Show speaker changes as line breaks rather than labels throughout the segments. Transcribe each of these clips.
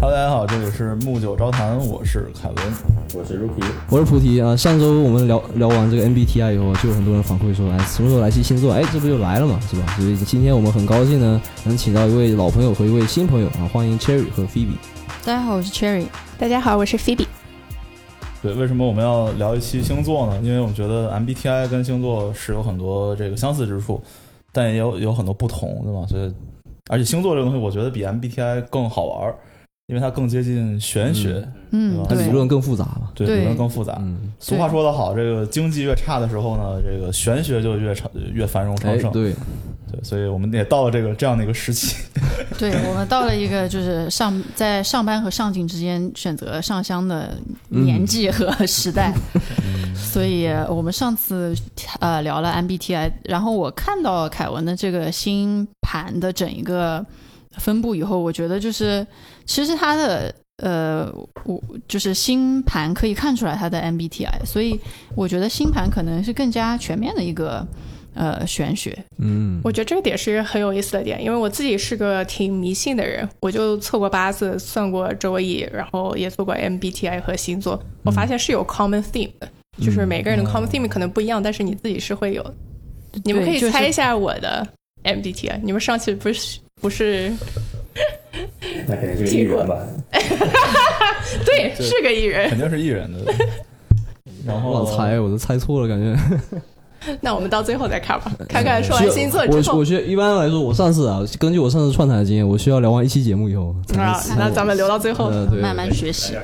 大家好，这里是木九招谈，我是凯文。
我是 Rookie，
我是菩提啊。上周我们聊聊完这个 MBTI 以后，就有很多人反馈说，哎，什么时候来期星座？哎，这不就来了嘛，是吧？所以今天我们很高兴呢，能请到一位老朋友和一位新朋友啊，欢迎 Cherry 和 Phoebe。
大家好，我是 Cherry。
大家好，我是 Phoebe。
对，为什么我们要聊一期星座呢？因为我们觉得 MBTI 跟星座是有很多这个相似之处，但也有有很多不同，对吧？所以，而且星座这个东西，我觉得比 MBTI 更好玩儿，因为它更接近玄学，
嗯，
对
它
吧
理
对，
论更复杂嘛？
对，
对
理论更复杂。
嗯，
俗话说得好，这个经济越差的时候呢，这个玄学就越昌越繁荣
哎
昌，盛。
对，
对，所以我们也到了这个这样的一个时期。
对我们到了一个就是上在上班和上进之间选择上香的
嗯
年纪和时 代，所以我们上次呃聊了 MBTI，然后我看到凯文的这个星盘的整一个分布以后，我觉得就是其实他的。呃，我就是星盘可以看出来他的 MBTI，所以我觉得星盘可能是更加全面的一个呃玄学。
嗯，
我觉得这个点是很有意思的点，因为我自己是个挺迷信的人，我就测过八字，算过周易，然后也做过 MBTI 和星座，我
嗯
发现是有 common theme 的，就是每个人的 common theme 可能不一样，但是你自己是会有的。你们可以
哦对就是
猜一下我的 MBTI，你们上次不是不是
那肯定是个艺人吧？
对
对
是个艺人？
肯定是艺人的。 然后
我猜，我都猜错了，感觉。
那我们到最后 再看吧，看看说 完星座
我
之后
我觉得一般来说，我上次啊，根据我上次串台的经验，我需要聊完一期节目以 后才能
啊
猜，我。
那咱们留到最后。
呃对，
慢慢学习。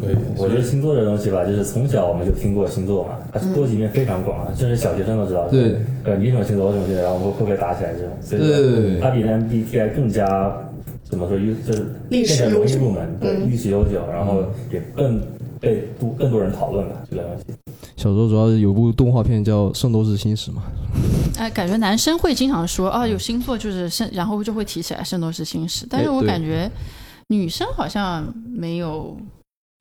可以，
我觉得星座这东西吧，就是从小我们就听过星座嘛，它波及面非常广，啊，甚至小学生都知道。
对，
呃，你什么星座，我什么星座，然后会会不会打起来这种？所以
对对对对
它比 MBTI 更加怎么说，就是
历史
更加容易
悠久嗯
入门，对，历史悠久，然后也更被多更多人讨论吧，这个东西。
小时候主要是有部动画片叫《圣斗士星矢》嘛，
哎，感觉男生会经常说
嗯
啊，有星座就是圣，然后就会提起来圣斗士星矢，但是我
哎对
感觉女生好像没有，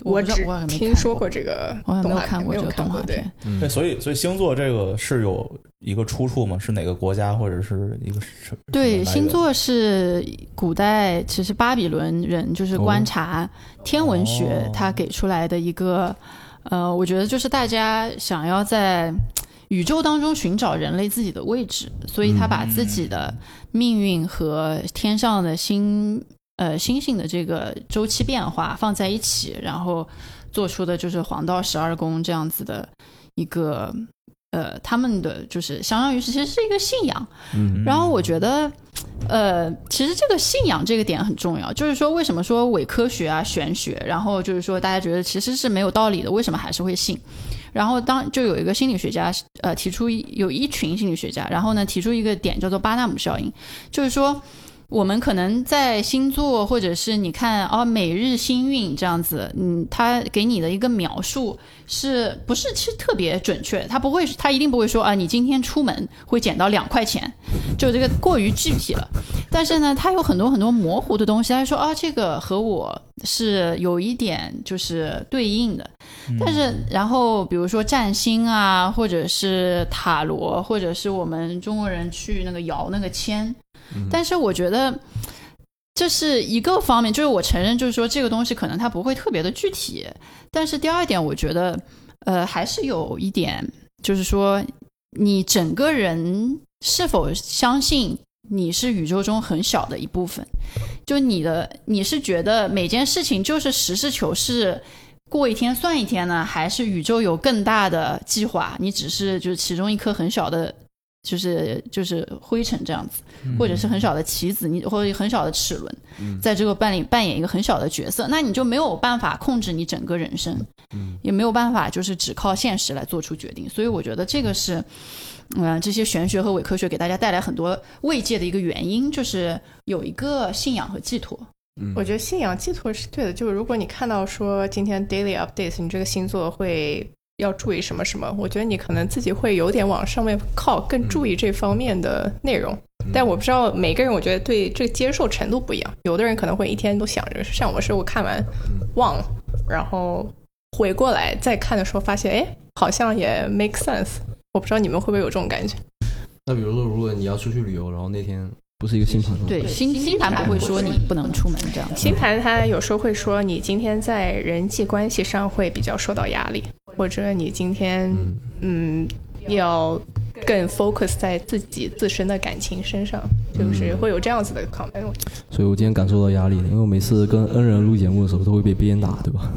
我
不知道
只
我好像没
听
看
说过，这个
我好像
动
没有
画片，
看过
没
这
有
个
看
动画
过。对
片，。
对，所以所以星座这个是有一个出处吗？是哪个国家或者是一个什什么来
对，
源
星座是古代其实巴比伦人就是观察天文学
哦，
他给出来的一个，呃，我觉得就是大家想要在宇宙当中寻找人类自己的位置，所以他把自己的命运和天上的星呃星星的这个周期变化放在一起，然后做出的就是黄道十二宫这样子的一个。呃，他们的就是相当于是其实是一个信仰，
嗯
然后我觉得，呃，其实这个信仰这个点很重要，就是说为什么说伪科学啊、玄学，然后就是说大家觉得其实是没有道理的，为什么还是会信？然后当就有一个心理学家，呃，提出一有一群心理学家，然后呢提出一个点叫做巴纳姆效应，就是说。我们可能在星座，或者是你看哦，每日星运这样子，嗯，它给你的一个描述是不是其实特别准确？它不会，它一定不会说啊，你今天出门会捡到两块钱，就这个过于具体了。但是呢，它有很多很多模糊的东西，他说啊，这个和我是有一点就是对应的。
嗯
但是，然后比如说占星啊，或者是塔罗，或者是我们中国人去那个摇那个签，
嗯
但是我觉得。这是一个方面，就是我承认，就是说这个东西可能它不会特别的具体，但是第二点，我觉得，呃，还是有一点，就是说你整个人是否相信你是宇宙中很小的一部分？就你的你是觉得每件事情就是实事求是，过一天算一天呢，还是宇宙有更大的计划？你只是就是其中一颗很小的。就是就是灰尘这样子，或者是很小的棋子，你或者很小的齿轮，在这个扮演扮演一个很小的角色，那你就没有办法控制你整个人生，也没有办法就是只靠现实来做出决定。所以我觉得这个是，嗯、这些玄学和伪科学给大家带来很多慰藉的一个原因，就是有一个信仰和寄托。
嗯
嗯
我觉得信仰寄托是对的，就是如果你看到说今天 daily updates，你这个星座会要注意什么什么，我觉得你可能自己会有点往上面靠，更注意这方面的内容。
嗯
但我不知道每个人，我觉得对这个接受程度不一样，有的人可能会一天都想着，像我是我看完忘了，然后回过来再看的时候发现，哎，好像也 make sense。我不知道你们会不会有这种感觉？
那比如说，如果你要出去旅游，然后那天不是一个星盘。
对，星星盘不会说你不能出门这样。
星盘它有时候会说你今天在人际关系上会比较受到压力，或者你今天嗯要更 focus 在自己自身的感情身上，就是会有这样子的 comment。
所以我今天感受到压力了，因为我每次跟恩人录节目的时候都会被别人打，对吧？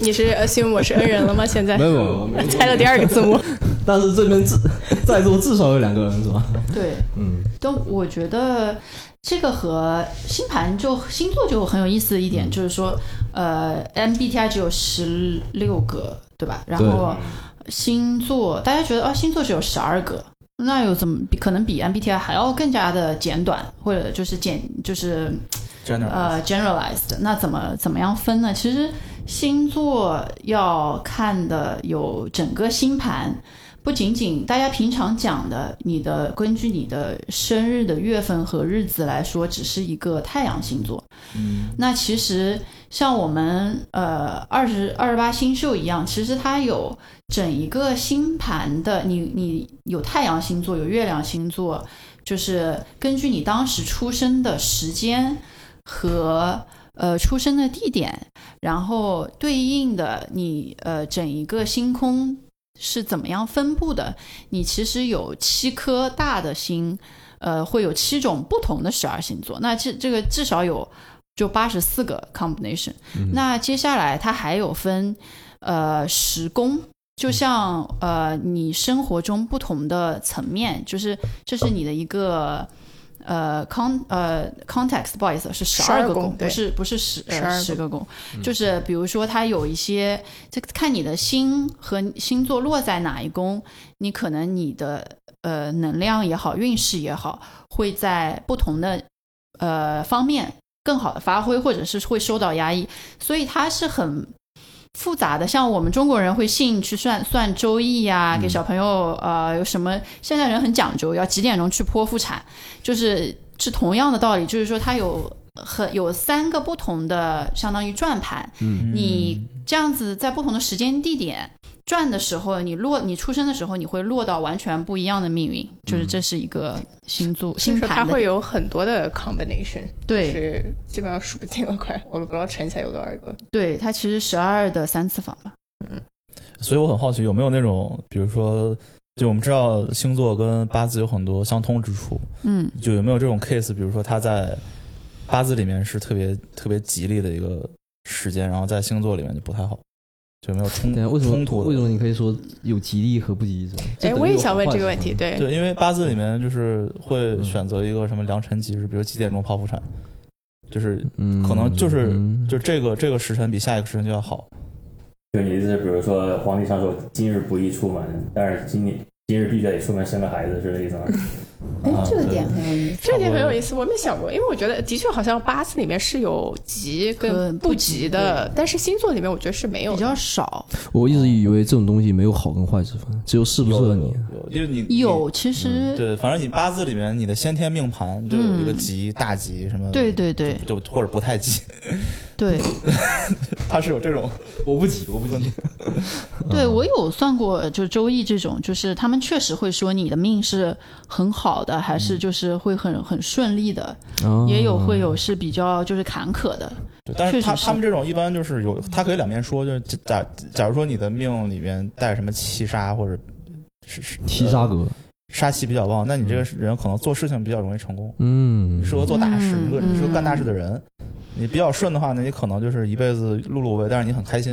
你是 assume 我是恩人 了吗？现在
没有没有没有
猜了第二个字母，
但是这 边至在座至少有两个人是吧？
对，
嗯，
但我觉得这个和星盘就星座就很有意思的一点，就是说，呃，MBTI 只有十六个，对吧？然后星座，大家觉得啊，星座只有十二个，那又怎么比可能比 MBTI 还要更加的简短，或者就是简就是
真的
呃 generalized？那怎么怎么样分呢？其实星座要看的有整个星盘，不仅仅大家平常讲的，你的根据你的生日的月份和日子来说，只是一个太阳星座。嗯，那其实像我们呃二十二十八星宿一样，其实它有整一个星盘的，你你有太阳星座，有月亮星座，就是根据你当时出生的时间和。呃，出生的地点，然后对应的你呃整一个星空是怎么样分布的？你其实有七颗大的星，呃，会有七种不同的十二星座。那这这个至少有就八十四个 combination、那接下来它还有分呃十宫，就像呃你生活中不同的层面，就是这是你的一个。呃，con 呃 context，不好意思，是十二
12
个
宫
宫，不
对
是不是十
12
呃
个
十个宫，就是比如说它有一些，这个看你的星和星座落在哪一宫，你可能你的呃能量也好，运势也好，会在不同的呃方面更好的发挥，或者是会受到压抑，所以它是很复杂的。像我们中国人会信去算算周易呀、给小朋友呃有什么，现在人很讲究，要几点钟去剖腹产，就是是同样的道理，就是说它有。很有三个不同的，相当于转盘，
嗯
你这样子在不同的时间地点转的时候，你落你出生的时候，你会落到完全不一样的命运，就是这是一个星座
就
星
是
盘
它
的
会有很多的 combination，
对
就是基本上数不尽了，快，我都不知道乘起来有多少个。
对，它其实十二的三次方吧。
所以我很好奇，有没有那种，比如说，就我们知道星座跟八字有很多相通之处，
嗯，
就有没有这种 case，比如说他在八字里面是特别特别吉利的一个时间，然后在星座里面就不太好，就有没有冲
对啊，为什么
冲突的？
为什么你可以说有吉利和不吉利是吧？这
哎，
等于
我也
有
想问
好坏
这
是
个问
吧
题，对，
对，因为八字里面就是会选择一个什么良辰吉日，比如几点钟剖腹产，就是
嗯，
可能就是
嗯
就这个这个时辰比下一个时辰就要好。
就是你的意思是，比如说皇帝上说今日不宜出门，但是今年今日必须得出门生个孩子，是这意思吗？
哎
啊，
这个点很有意思。
这点很有意思，我没想过，因为我觉得的确好像八字里面是有吉
和
跟
不
不
吉
吉的，但是星座里面我觉得是没有
比
的。
较少
嗯我一直以为这种东西没有好跟坏之分，只有适不适合你。
有，因为你你
有，其实、
对，反正你八字里面你的先天命盘就有一个吉、大吉什么，
嗯对，对对
就或者不太吉，
对
它是有这种
我不急，我不
嗯
急。
嗯
对，
嗯
我有算过，就周易这种，就是他们确实会说你的命是很好的，还是就是会很很顺利的，
啊
嗯
也有会有是比较就是坎坷的。
对，但是他
确实是
他们这种一般就是有，他可以两面说，就是假假如说你的命里面带什么七杀或者是是呃
七杀格，
杀气比较旺，那你这个人可能做事情比较容易成功，
嗯
你，适合做大事，你
嗯
是个你是个
嗯
干大事的人。你比较顺的话呢，你可能就是一辈子碌碌无为，但是你很开心，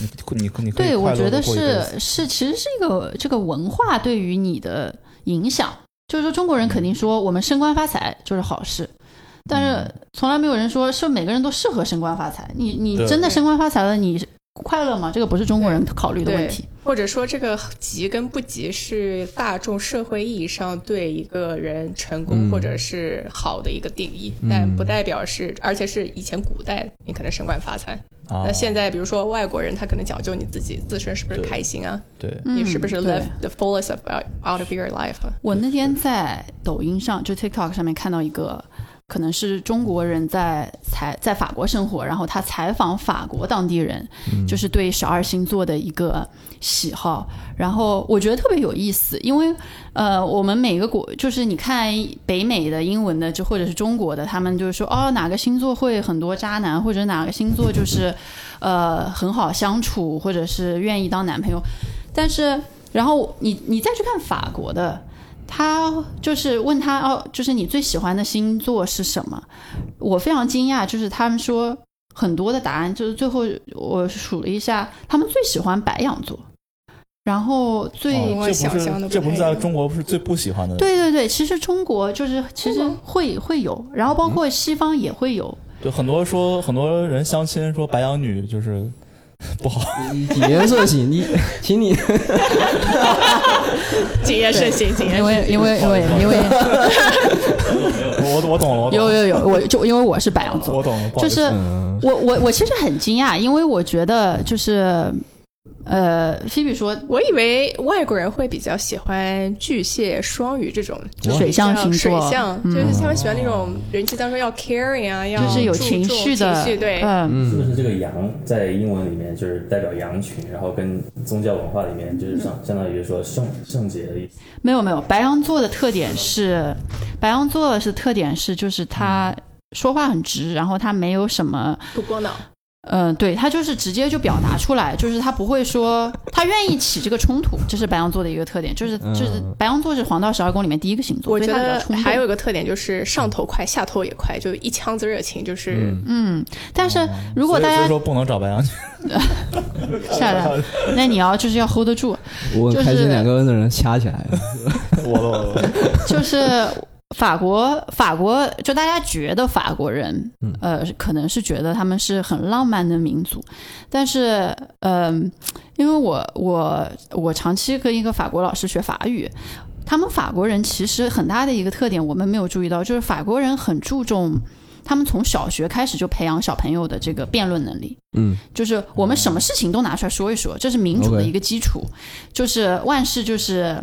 你你你可以
对，我
快
觉
乐
得
地过一辈子
是是，其实是一个这个文化对于你的影响。就是说，中国人肯
嗯
定说我们升官发财就是好事，但是从来没有人说是每个人都适合升官发财。你你
对
真的升官发财了，你快乐吗？这个不是中国人考虑的问题。
或者说这个吉跟不吉是大众社会意义上对一个人成功
嗯
或者是好的一个定义，
嗯
但不代表是，而且是以前古代你可能升官发财，
哦
啊
那，现在比如说外国人他可能讲究你自己自身是不是开心啊，
对，
你是不是
嗯
live the fullest of out of your life 啊？
我那天在抖音上，就 TikTok 上面看到一个可能是中国人在采在法国生活，然后他采访法国当地人，就是对十二星座的一个喜好。然后我觉得特别有意思，因为呃，我们每个国就是你看北美的英文的，就或者是中国的，他们就是说哦哪个星座会很多渣男，或者哪个星座就是呃很好相处，或者是愿意当男朋友。但是然后你你再去看法国的，他就是问他哦，就是你最喜欢的星座是什么？我非常惊讶，就是他们说很多的答案，就是最后我数了一下，他们最喜欢白羊座，然后最、
哦
我
这
想
不是
象的不
这不
太
是
一
在
样
中国不是最不喜欢的？，
对对对，其实中国就是其实
真的吗
会会有，然后包括西方也会有，
就很多说很多人相亲说白羊女就是不好，
你谨言慎行，你请 你
谨言慎行，谨言
嗯因为因为因 为因为
我我我懂了，我懂
有
了，
有有，我就因为我是白羊座，
我懂了，不好
就
意思
是我我我其实很惊讶，因为我觉得就是呃，菲比说
我以为外国人会比较喜欢巨蟹、双鱼这种就是
水象星
水
座
象，
嗯
就是他们喜欢那种人际当中要 caring 啊，要
就是有
注重
情绪的，
情绪对，
嗯，
是不是这个羊在英文里面就是代表羊群，然后跟宗教文化里面就是相相当于说圣圣洁的意思？
没有没有，白羊座的特点是，白羊座的是特点是，就是他说话很直，然后他没有什么，
不过脑。
呃，对他就是直接就表达出来，就是他不会说，他愿意起这个冲突，这是白羊座的一个特点，就是
嗯
就是白羊座是黄道十二宫里面第一个星座，
我
所
觉
以他比较
得
冲动
还有一个特点就是上头快，下头也快，就一腔子热情，就是
嗯，但是如果
哦所以
大
所以
家
说不能找白羊女，
下来， 那你要就是要 hold 得住，
我
就是
开始两个人的人掐起来了。
我懂了，我懂 了
就是法国，法国就大家觉得法国人，呃，可能是觉得他们是很浪漫的民族，但是，嗯、因为我我我长期跟一个法国老师学法语。他们法国人其实很大的一个特点，我们没有注意到，就是法国人很注重，他们从小学开始就培养小朋友的这个辩论能力。
嗯，
就是我们什么事情都拿出来说一说，这是民主的
OK
一个基础，就是万事就是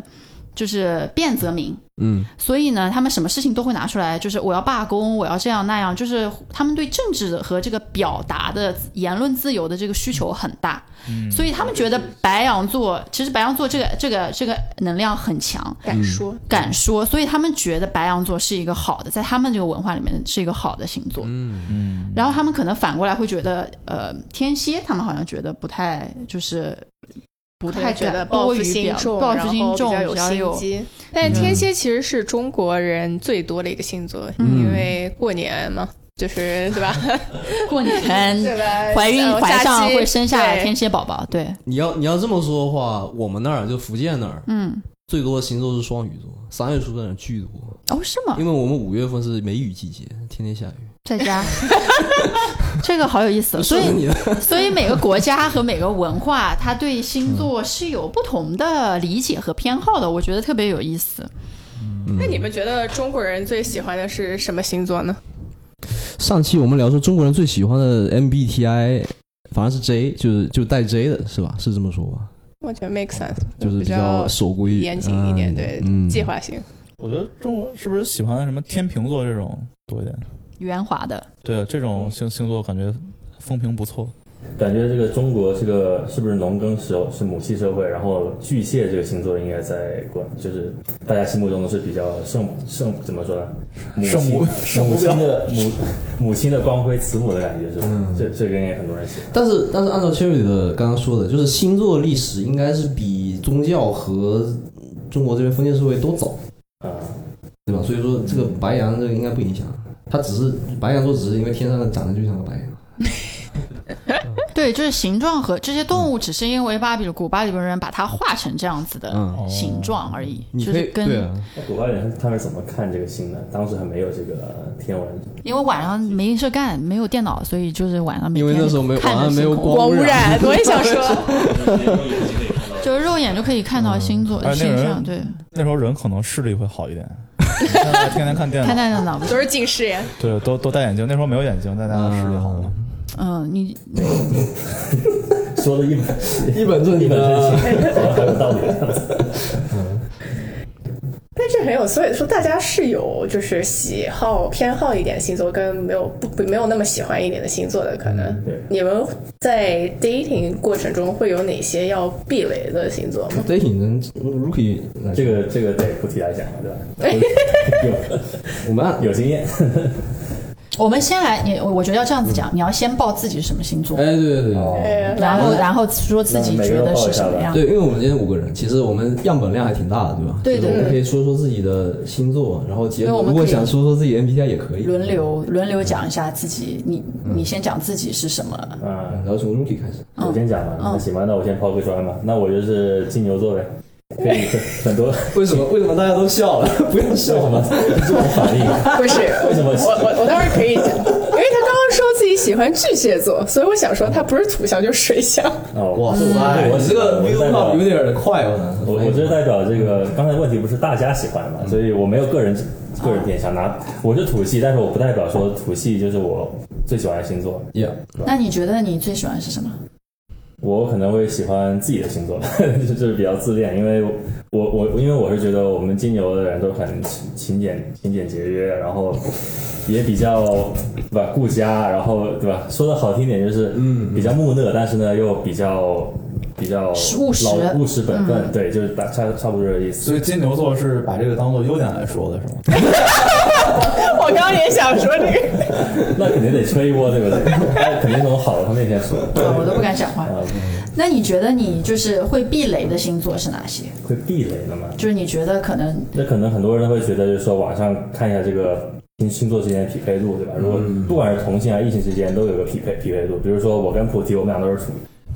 就是辩则明，
嗯，
所以呢，他们什么事情都会拿出来，就是我要罢工，我要这样那样，就是他们对政治和这个表达的言论自由的这个需求很大，
嗯
所以他们觉得白羊座其实白羊座这个这个这个能量很强，
敢说。
敢说，所以他们觉得白羊座是一个好的，在他们这个文化里面是一个好的星座。嗯嗯。然后他们可能反过来会觉得，呃，天蝎他们好像觉得不太就是不
可
太
能觉得
多
报
于
复心
表
重，
报
然
复
后
心重，
比较
比较嗯
有心机。但是天蝎其实是中国人最多的一个星座，
嗯
因为过年嘛，就是对吧？
过 年。
吧
嗯怀孕
呃
怀上
假期
会生下
对
来天蝎宝宝，对，
你要你要这么说的话，我们那儿就福建那儿
嗯，
最多的星座是双鱼座，三月出生的人巨多，
哦，是吗
啊
因？为我们五月份是梅雨季节，天天下雨。
在家， 这个好有意思。所
是
以，
你的
所以每个国家和每个文化，它对星座是有不同的理解和偏好的，我觉得特别有意思。
嗯
那你们觉得中国人最喜欢的是什么星座呢？
上期我们聊说中国人最喜欢的 MBTI，反而是 J，就是就带 J 的是吧？是这么说吧？
我觉得 make sense，
就是
嗯比
较
较
守规
严谨一点，
嗯
对，
嗯，
计划型。
我觉得中国是不是喜欢什么天平座这种多一点？
圆滑的，
对，这种星星座感觉风评不错。
感觉这个中国这个是不是农耕时候是母系社会，然后巨蟹这个星座应该在国就是大家心目中都是比较圣圣怎么说呢？母
圣母
亲母亲的母母亲的光辉，慈母的感觉是吧？
嗯
这这个应该很多人喜欢。
但是，但是按照 Cherry 的刚刚说的，就是星座历史应该是比宗教和中国这边封建社会都早，
啊、
对吧？所以说这个白羊这个应该不影响，他只是白羊座，只是因为天上长得就像个白羊。
对，就是形状和这些动物，只是因为巴比古巴比伦人把它画成这样子的
嗯，
形状而已，
你
就
可
是
以对
跟
啊，
那古巴人他们是怎么看这个星的？当时还没有这个天文，
因为晚上没事干，没有电脑，所以就是晚上每
因为
天
那时候没有
看着
晚上没有
星空
光
光
污染，我也想说，
就是肉眼就可以
嗯
看到星座
而哎且那
现
个人
象，对，
那时候人可能视力会好一 点，现在天天看电
看
脑，
在电脑不
都是近视眼。
对，都都戴眼镜。那时候没有眼镜，但大家视力好了。
嗯，你
说的一本
一本正
一
经
本
的
正经，好像很有道理。
但这没有，所以说大家是有就是喜好偏好一点星座，跟没有不不没有那么喜欢一点的星座的可能。
对
你们在 dating 过程中会有哪些要避雷的星座 吗？
这挺能 Rookie 来
这
说
个这个得不提来讲了，对吧？
我们按
有有经验，
我们先来，你我觉得要这样子讲，你要先报自己是什么星座，
哎，对对对对
哎
然后然后说自己觉得是什么样。
对，因为我们今天五个人，其实我们样本量还挺大的，对吧？
对
就是
对
我们
对
可以说说自己的星座，然后结
对我
果
们
如果
可以
想说说自己 MBTI 也可以啊
轮，流轮流讲一下自己，你
嗯
你先讲自己是什么，
嗯，
然后从 Rookie 开始。
我先讲吧。那行吧，那我先抛个砖吧。那我就是金牛座呗，可以很多
为什么为什么大家都笑 了？不要笑
什么
了。
这种反应，啊
不是，
为什么
我我我当然可以讲，因为他刚刚说自己喜欢巨蟹座，所以我想说他不是土象就是水象。
哦，
哇
是
塞，
我
你这个 build up 有点快哦。
我我就是代表这个，刚才问题不是大家喜欢嘛，所以我没有个人个人偏向，拿我是土系，但是我不代表说土系就是我最喜欢的星座，
Yeah，
那你觉得你最喜欢是什么？
我可能会喜欢自己的星座， 就是比较自恋，因为我我我因为我是觉得我们金牛的人都很勤勤俭勤俭节约，然后也比较对吧顾家，然后对吧说的好听点就是
嗯嗯
比较木讷，但是呢又比较比较
务实嗯
老务实本分，对，就是大差差不多这个意思。
所以金牛座是把这个当做优点来说的，是吗？
我刚刚也想说这个，
那肯定得吹一波，对不 对？那肯定从好的方面先说。
啊我都不敢讲话。
啊，
那你觉得你就是会避雷的星座是哪些？
会避雷的嘛？
就是你觉得可能
那可能很多人会觉得，就是说网上看一下这个星星座之间的匹配度，对吧？如果不管是同性还啊是异性之间，都有个匹配匹配度。比如说我跟菩提，我们俩都是土，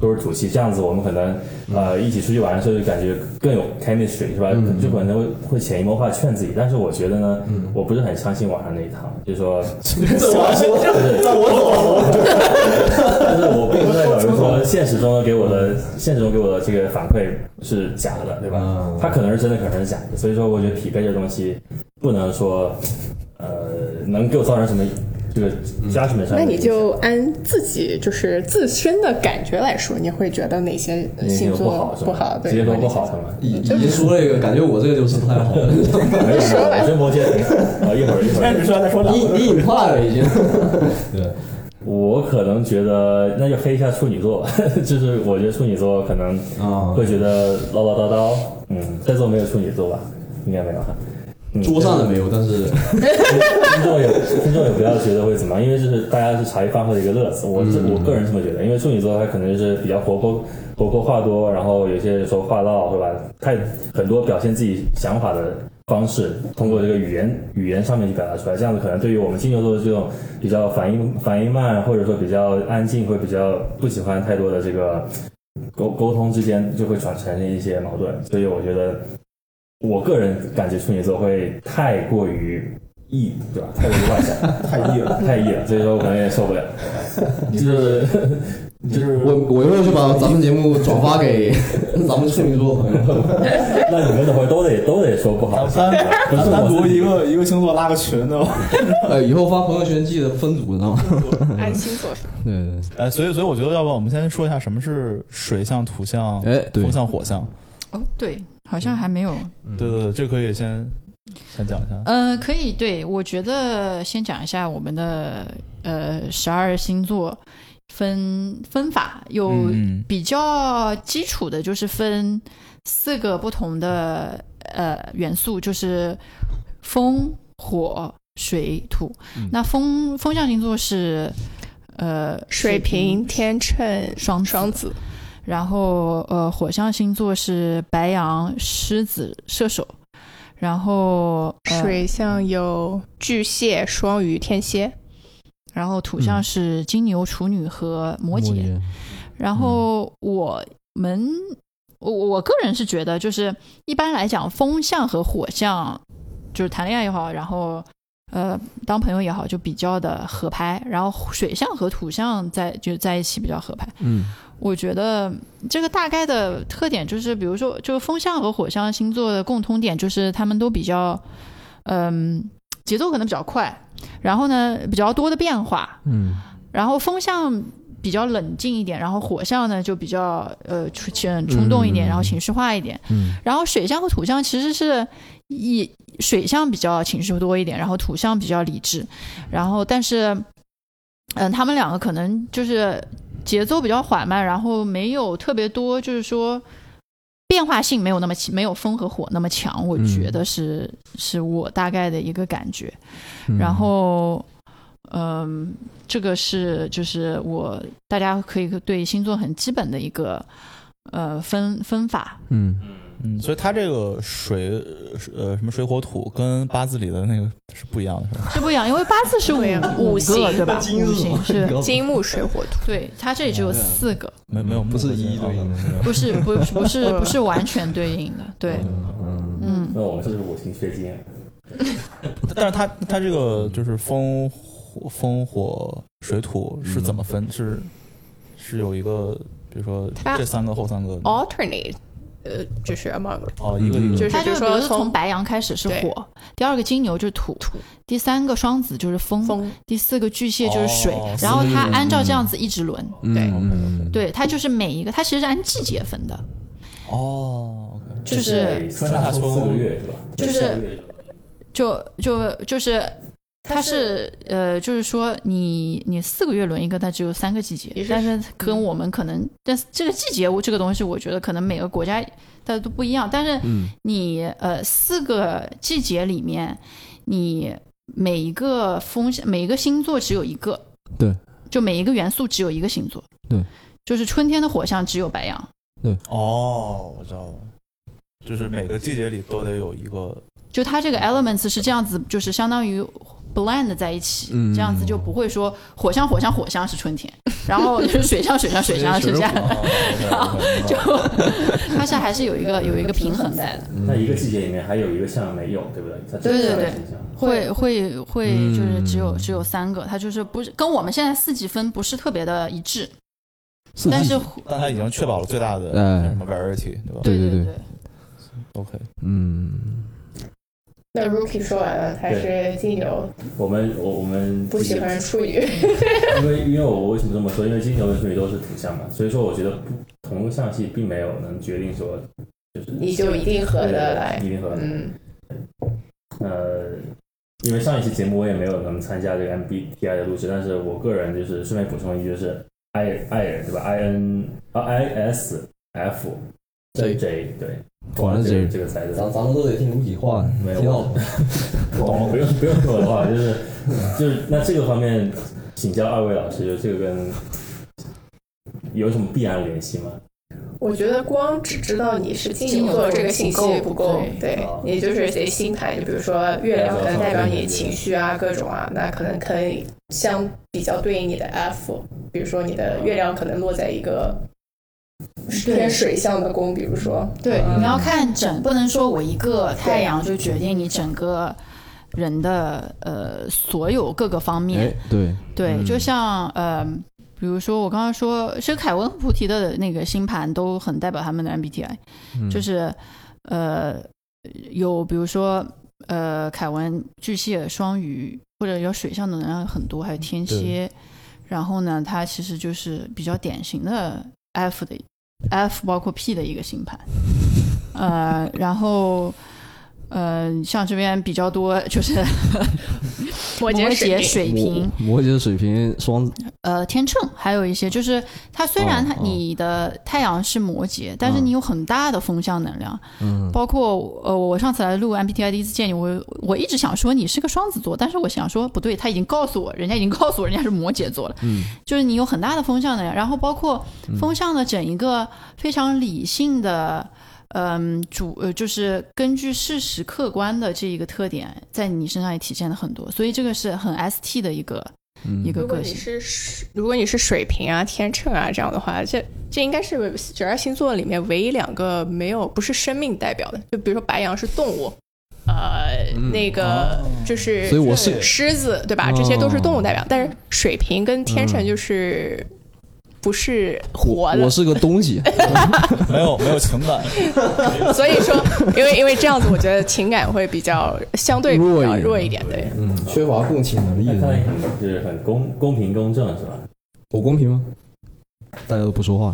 都是土系，这样子我们可能呃一起出去玩的时候就感觉更有 chemistry，是吧？就可能会会潜移默化劝自己。但是我觉得呢，我不是很相信网上那一套，就是说，
这我说，那我走了。
但是我并不代表就是说现实中给我的现实中给我的这个反馈是假的，对吧？
嗯
它可能是真的，可能是假的。所以说，我觉得匹配这东西不能说，呃，能给我造成什么这个 judgment 上的影响。
那你就按自己就是自身的感觉来说，你会觉得哪些
你
星
有不
座
好是
不
吧？
好？对，
直接说
哪些
不好是吗？
已已经说了一个，感觉我这个就是不太好 了。
没有，我哎真摩羯啊，一会儿一会
现在只
儿。
需要再说两
你
个。
你隐化了已经。对，
我可能觉得那就黑一下处女座吧， 就是我觉得处女座可能
嗯
啊
会觉得唠唠叨叨，嗯，在座没有处女座吧？应该没有哈。嗯
桌上的没有，但是
听众也听众也不要觉得会怎么样，因为就是大家是茶余饭后的一个乐子。我这、我个人这么觉得，因为处女座他可能就是比较活泼活泼话多，然后有些时候话唠，对吧？他很多表现自己想法的方式，通过这个语言语言上面去表达出来，这样子可能对于我们金牛座的这种比较反应反应慢，或者说比较安静，会比较不喜欢太多的这个沟沟通之间就会产产生一些矛盾，所以我觉得。我个人感觉处女座会太过于意，对吧？太过于外向，太意了，太意了，所以说我可能也受不了。就是就是，
我我一会儿去把咱们节目转发给咱们处女座朋 友。
那你们等会儿都得都得说不
咱
好
们，单
不是
咱单
我
独
自己
一个一个星座拉个群的吧？
呃，以后发朋友圈记得分组，知道吗？
按星座
对对
哎，所以所以我觉得，要不然我们先说一下什么是水象、土象、
对，哎，对
风，象、火象。
哦，对，好像还没有。
对对对，这可以先先讲一下。
呃，可以，对我觉得先讲一下我们的呃十二星座分分法，有
嗯嗯
比较基础的就是分四个不同的呃元素，就是风、火、水、土。那风风象星座是呃
水瓶、天秤、
双子
双子，
然后呃，火象星座是白羊、狮子、射手，然后、呃、，
水象有巨蟹、双鱼、天蝎。
然后土象是金牛、处女和摩羯。然后我们，我我个人是觉得，就是一般来讲，风象和火象，就是谈恋爱也好，然后呃当朋友也好，就比较的合拍。然后水象和土象在就在一起比较合拍。
嗯，
我觉得这个大概的特点就是，比如说，这个风象和火象星座的共通点就是他们都比较，嗯，节奏可能比较快，然后呢比较多的变化，
嗯，
然后风象比较冷静一点，然后火象呢就比较呃冲冲动一点，
嗯
然后情绪化一点，
嗯，
然后水象和土象其实是一水象比较情绪多一点，然后土象比较理智，然后但是，嗯，他们两个可能就是节奏比较缓慢，然后没有特别多，就是说变化性没有那么没有风和火那么强，我
嗯
觉得是、是我大概的一个感觉。
嗯
然后，嗯，这个是就是我大家可以对星座很基本的一个呃分分法，
嗯，
嗯，所以它这个水呃什么水火土跟八字里的那个是不一样的，是吧？
是不一样，因为八字是五
对啊
五
五
个
行
对吧？
金
五行 是，
哦
金木水火土，
对，它这里只有四个，
没没有
不是一一
啊
对应的，是吧
不是不是不是 不是完全对应的，对，
嗯，
嗯，
那我们就是五行缺金，
但是它它这个就是风火风火水土是怎么分？是是有一个，比如说
它
这三个后三个
alternate，呃，就是 among
哦，一个
嗯
一个
就是
它
比
就
如
是比如
说
说从白羊开始是
对
火，第二个金牛就是土，
土
第三个双子就是风，
风，
第四个巨蟹就是水
哦，
然后
四
它
个
按照这样子一直轮，
对
嗯，
对，它就是每一个，它其实是按季节分的，
哦，
就是
春夏秋四个月是吧？
就是就就就是。它是呃，就是说你你四个月轮一个，它只有三个季节
也，是嗯
但是跟我们可能，但是这个季节我这个东西，我觉得可能每个国家它都不一样。但是
嗯
你呃四个季节里面，你每一个风向每一个星座只有一个，
对，
就每一个元素只有一个星座，
对，
就是春天的火象只有白羊，
哦，我知道了，就是每个季节里都得有一个
就它这个 elements 是这样子，就是相当于 blend 在一起，
嗯
这样子就不会说火象火象火象是春天，然后 就是水象水象水象是夏天，
啊
就它是还是有一个有一个平衡在的，
那一个季节里面还有一个项没有，对不对？它只有
对对
三个
对
形象
会会会
嗯
就是只有只有三个，它就是不是跟我们现在四季分不是特别的一致，
四
但
季
是
但它已经确保了最大的
哎
什么 variety，对吧
对
对
对
对，
？OK，
嗯，
那 Rookie 说完了，他是金牛，
我们我我们
不喜欢处女，
因为因为我为什么这么说？因为金牛跟处女都是土象嘛，所以说我觉得不同个象系并没有能决定说就是
你就一定合得来
对。一定合得来。
嗯，
呃，因为上一期节目我也没有能参加这个 MBTI 的录制，但是我个人就是顺便补充一句，就是 I I 人对吧？I N 啊 I S F J J 对，
哇那
这
这
个这个才
咱
子
咱们都得听卢比话，
没有
挺好的。
懂了，不用不用说我的话，就是就是那这个方面，请教二位老师，就这个跟有什么必然联系吗？
我觉得光只知道你是金牛座这个信息不够，对哦你就是得心态，就比如说月亮可能代表你情绪啊各种啊，那可能可以相比较对应你的 F，比如说你的月亮可能落在一个偏水象的宫，比如说
对，
嗯
你要看整，不能说我一个太阳就决定你整个人的呃所有各个方面
哎。，对，
对，
嗯
就像呃，比如说我刚刚说，其实凯文和菩提的那个星盘都很代表他们的 MBTI，、
嗯
就是呃有比如说呃凯文巨蟹、双鱼，或者有水象的能量很多，还有天
嗯
蝎，然后呢，它其实就是比较典型的 F 的 F 包括 P 的一个 星盘，呃，然后。呃，像这边比较多就是
摩
摩
羯水
羯、
瓶
水瓶、
摩羯水瓶双子，
呃天秤，还有一些就是它虽然它
哦哦
你的太阳是摩羯，但是你有很大的风向能量，
嗯，
包括呃我上次来录 MBTI 第一次见你，我我一直想说你是个双子座，但是我想说不对，他已经告诉我，人家已经告诉我人家是摩羯座了，
嗯，
就是你有很大的风向能量，然后包括风向的整一个非常理性的。嗯，主呃就是根据事实客观的这一个特点，在你身上也体现了很多，所以这个是很 ST 的一个、
嗯
一个
如果
个
你
性。
是水如果你是水瓶啊、天秤啊这样的话，这这应该是十二星座里面唯一两个没有不是生命代表的。就比如说白羊是动物，呃，
嗯
那个就是
所以我是
狮子，对吧？
哦嗯
这些都是动物代表，但是水瓶跟天秤就是不是活
我
的。
是个东 西，
没有没有情感，
所以说，因为因为这样子，我觉得情感会比较相对比
弱一
较
点
弱一点，对。
嗯，
缺乏共情能力
那看
的
来你，很就是很公公平公正是吧？
我公平吗？ 大家都不说话了，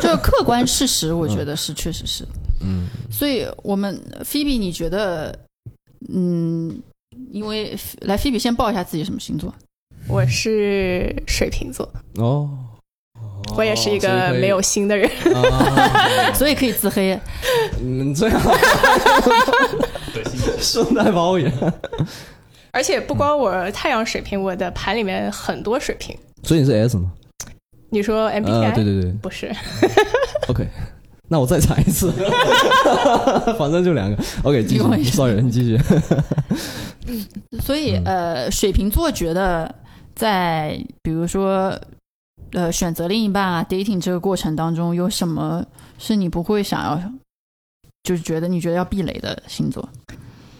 就是客观事实，我觉得是确实是。
嗯，
所以我们菲比，你觉得，嗯，因为来菲比先报一下自己什么 星座，
我是水瓶座，
哦，
我也是一个没有心的人。
啊，
所以可以自黑。
嗯，这样，顺带包圆。
而且不光我太阳水瓶，我的盘里面很多水瓶。
所以你是 S 吗？
你说
啊，
MBTI、
对对对
不是？
，OK。那我再查一次， 反正就两个。OK，继
另外一
续
个
，sorry，你继续。
所以呃，水瓶座觉得在比如说呃选择另一半啊 dating 这个过程当中，有什么是你不会想要，就是觉得你觉得要避雷的星 座？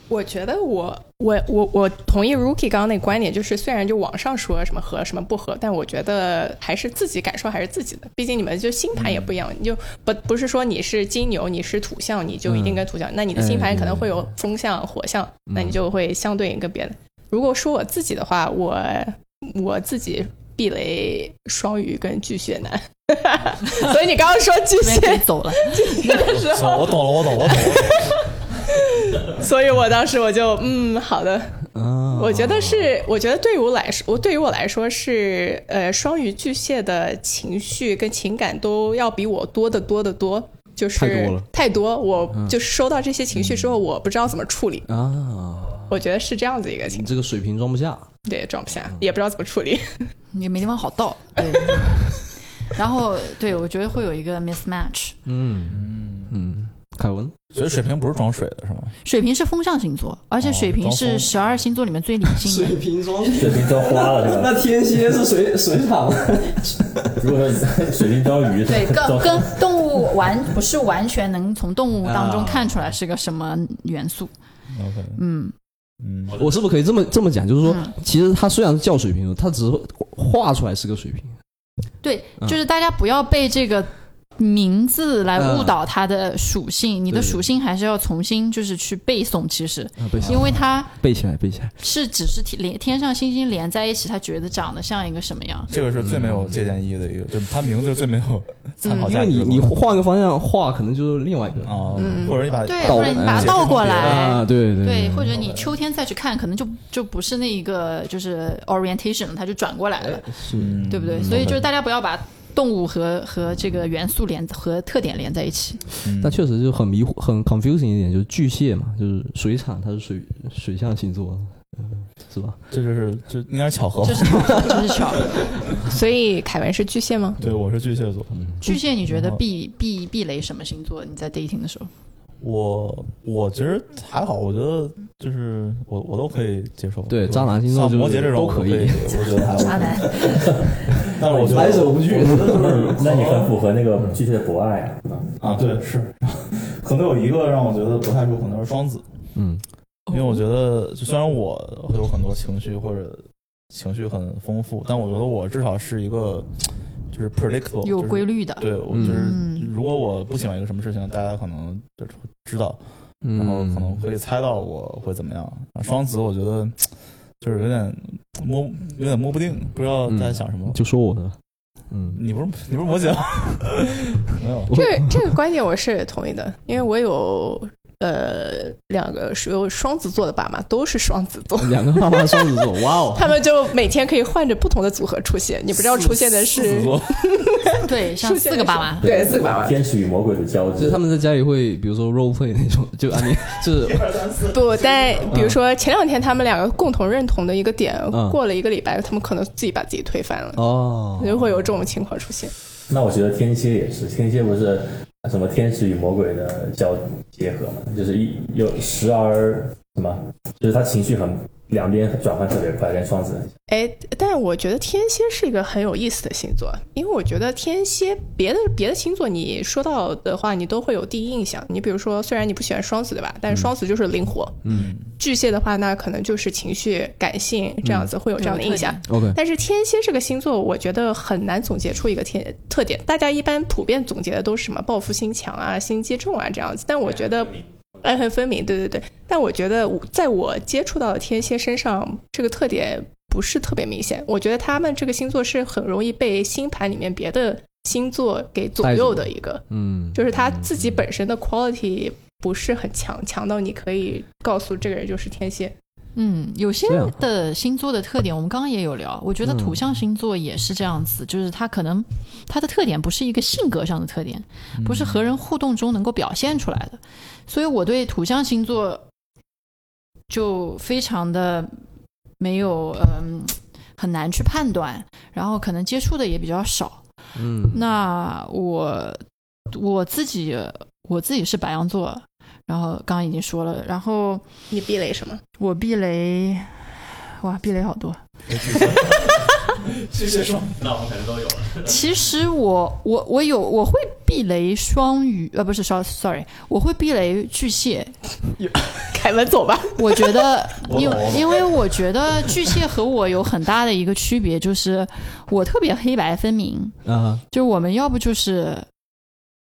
我觉得我我我我同意 Rookie 刚刚那观点，就是虽然就网上说什么合什么不合，但我觉得还是自己感受还是自己的，毕竟你们就星盘也不一样，你就不不是说你是金牛，你是土象，你就一定跟土象，那你的星盘可能会有风象、火象，那你就会相对应跟别的。如果说我自己的话，我我自己避雷双鱼跟巨蟹男，所以你刚刚说巨
因为可以
蟹，
走了，
我我懂了，我懂了，我懂了。
所以我当时我就嗯好的，
啊，
我觉得是，我觉得对于我来说，我对于我来说是，呃，双鱼巨蟹的情绪跟情感都要比我多得多得多，就是
太多了
太多我
嗯
就是收到这些情绪之后，我不知道怎么处理，
啊，
我觉得是这样子一个情
你，这个水平装不下。
对，装不下，也不知道怎么处理。
也没地方好倒。对， 然后对我觉得会有一个 mismatch。
嗯嗯，凯文，
所以水瓶不是装水的是吗？
水瓶是风象星座，而且
哦
水瓶是十二星座里面最理性的。
水瓶装
水瓶装花了是吧？
那天蝎是水水厂，
如果说水晶装鱼，
对，
装
跟跟动物完不是完全能从动物当中看出来是个什么元素。
OK，
嗯，
嗯，
我是不是可以这么这么讲？就是说
嗯，
其实他虽然是叫水瓶座，他只是画出来是个水瓶。
对，
嗯
就是大家不要被这个名字来误导它的属性，你的
对
属性还是要重新就是去背诵，其实
啊，背
因为它
背起来，背起来。
是只是天连天上星星连在一起，他觉得长得像一个什么样。
这个是最没有借鉴意义的一个，就他名字是最没有参考
嗯因
价
为
值
你
的。
你换个方向画，可能就是另外一个
啊
嗯，
或者你把
对，
倒
或者你把它倒过来，
啊，对对
哎对，或者你秋天再去看，可能就就不是那一个就是 orientation 了，它就转过来了，
是
嗯
对不对？所以就是大家不要把动物和和这个元素连和特点连在一起。
嗯
但确实就很迷惑、很 confusing 一点，就是巨蟹嘛，就是水产，它是水水象星座，嗯，是吧？
这就是这应该是巧合吧
这。是巧合，这是巧合。
所以凯文是巨蟹吗？
对，我是巨蟹座，
嗯
巨蟹，你觉得避避避雷什么星座？你在 dating 的时候，
我我其实还好，我觉得就是我我都可以接受。
对
就
渣男星座
像
就是
摩羯这种
都可以
我我觉得还 好。
男，
但是我觉
来
得
者不拒。
嗯 那你很符合那个巨蟹的博爱啊。
啊，对是， 可能有一个让我觉得不太舒服，可能是双子，
嗯，
哦
因为我觉得就虽然我会有很多情绪或者情绪很丰富，但我觉得我至少是一个就是 predictable
有规
律。
律的，
对，我就是
嗯
如果我不喜欢一个什么事情，大家可能就知道，
嗯
然后
嗯
可能可以猜到我会怎么样。啊双子，我觉得就是有点摸，有点摸不定，不知道在想什么。
就说我的，嗯，
你不是你不是摩羯吗？没有，
这个这个观点我是同意的，因为我有呃两个有双子座的爸妈都是双子座。
两个爸妈双子座，哇哦，
他们就每天可以换着不同的组合出现，你不知道出现的
狮
是
子座
对，像
出现
四个
的
爸
是
妈，
对四个爸妈，
天使与魔鬼的交
就是
织
他。们在家里会，比如说 role play 那种，就啊，你就是
不，但比如说前两天他们两个共同认同的一个点，
嗯
过了一个礼拜，他们可能自己把自己推翻了，
哦，
就会有这种情况出现。
那我觉得天蝎也是，天蝎不是什么天使与魔鬼的交结合嘛，就是一有时而什么，就是他情绪很两边转换特别快，跟双子很像。
哎，但我觉得天蝎是一个很有意思的星座，因为我觉得天蝎别的别的星座你说到的话，你都会有第一印象。你比如说，虽然你不喜欢双子对吧，但是双子就是灵活，
嗯
巨蟹的话，那可能就是情绪感性这
嗯
样子，会有这样的印象。
，OK，
但是天蝎这个星座，我觉得很难总结出一个天特点。大家一般普遍总结的都是什么报复心强啊、心机重啊这样子，但我觉得爱恨分明，对对对。但我觉得我在我接触到的天蝎身上，这个特点不是特别明显。我觉得他们这个星座是很容易被星盘里面别的星座给左右的一个，
嗯，
就是他自己本身的 quality 不是很强，强到你可以告诉这个人就是天蝎。
嗯，有些
这样
的星座的特点，我们刚刚也有聊。我觉得土象星座也是这样子，就是它可能它的特点不是一个性格上的特点，不是和人互动中能够表现出来的。所以我对土象星座就非常的没有，嗯、很难去判断，然后可能接触的也比较少。
嗯，
那我我自己我自己是白羊座，然后刚刚已经说了，然后。
你避雷什么？
我避雷，哇，避雷好多。
谢谢说，那我们肯定都有了。，
其实我我我有我会避雷双鱼，呃，不是双，sorry，我会避雷巨蟹。
凯文，走吧。
我觉得
我懂
因
我
为
懂
因为我觉得巨蟹和我有很大的一个区别，就是我特别黑白分明，
啊，
就是我们要不就是，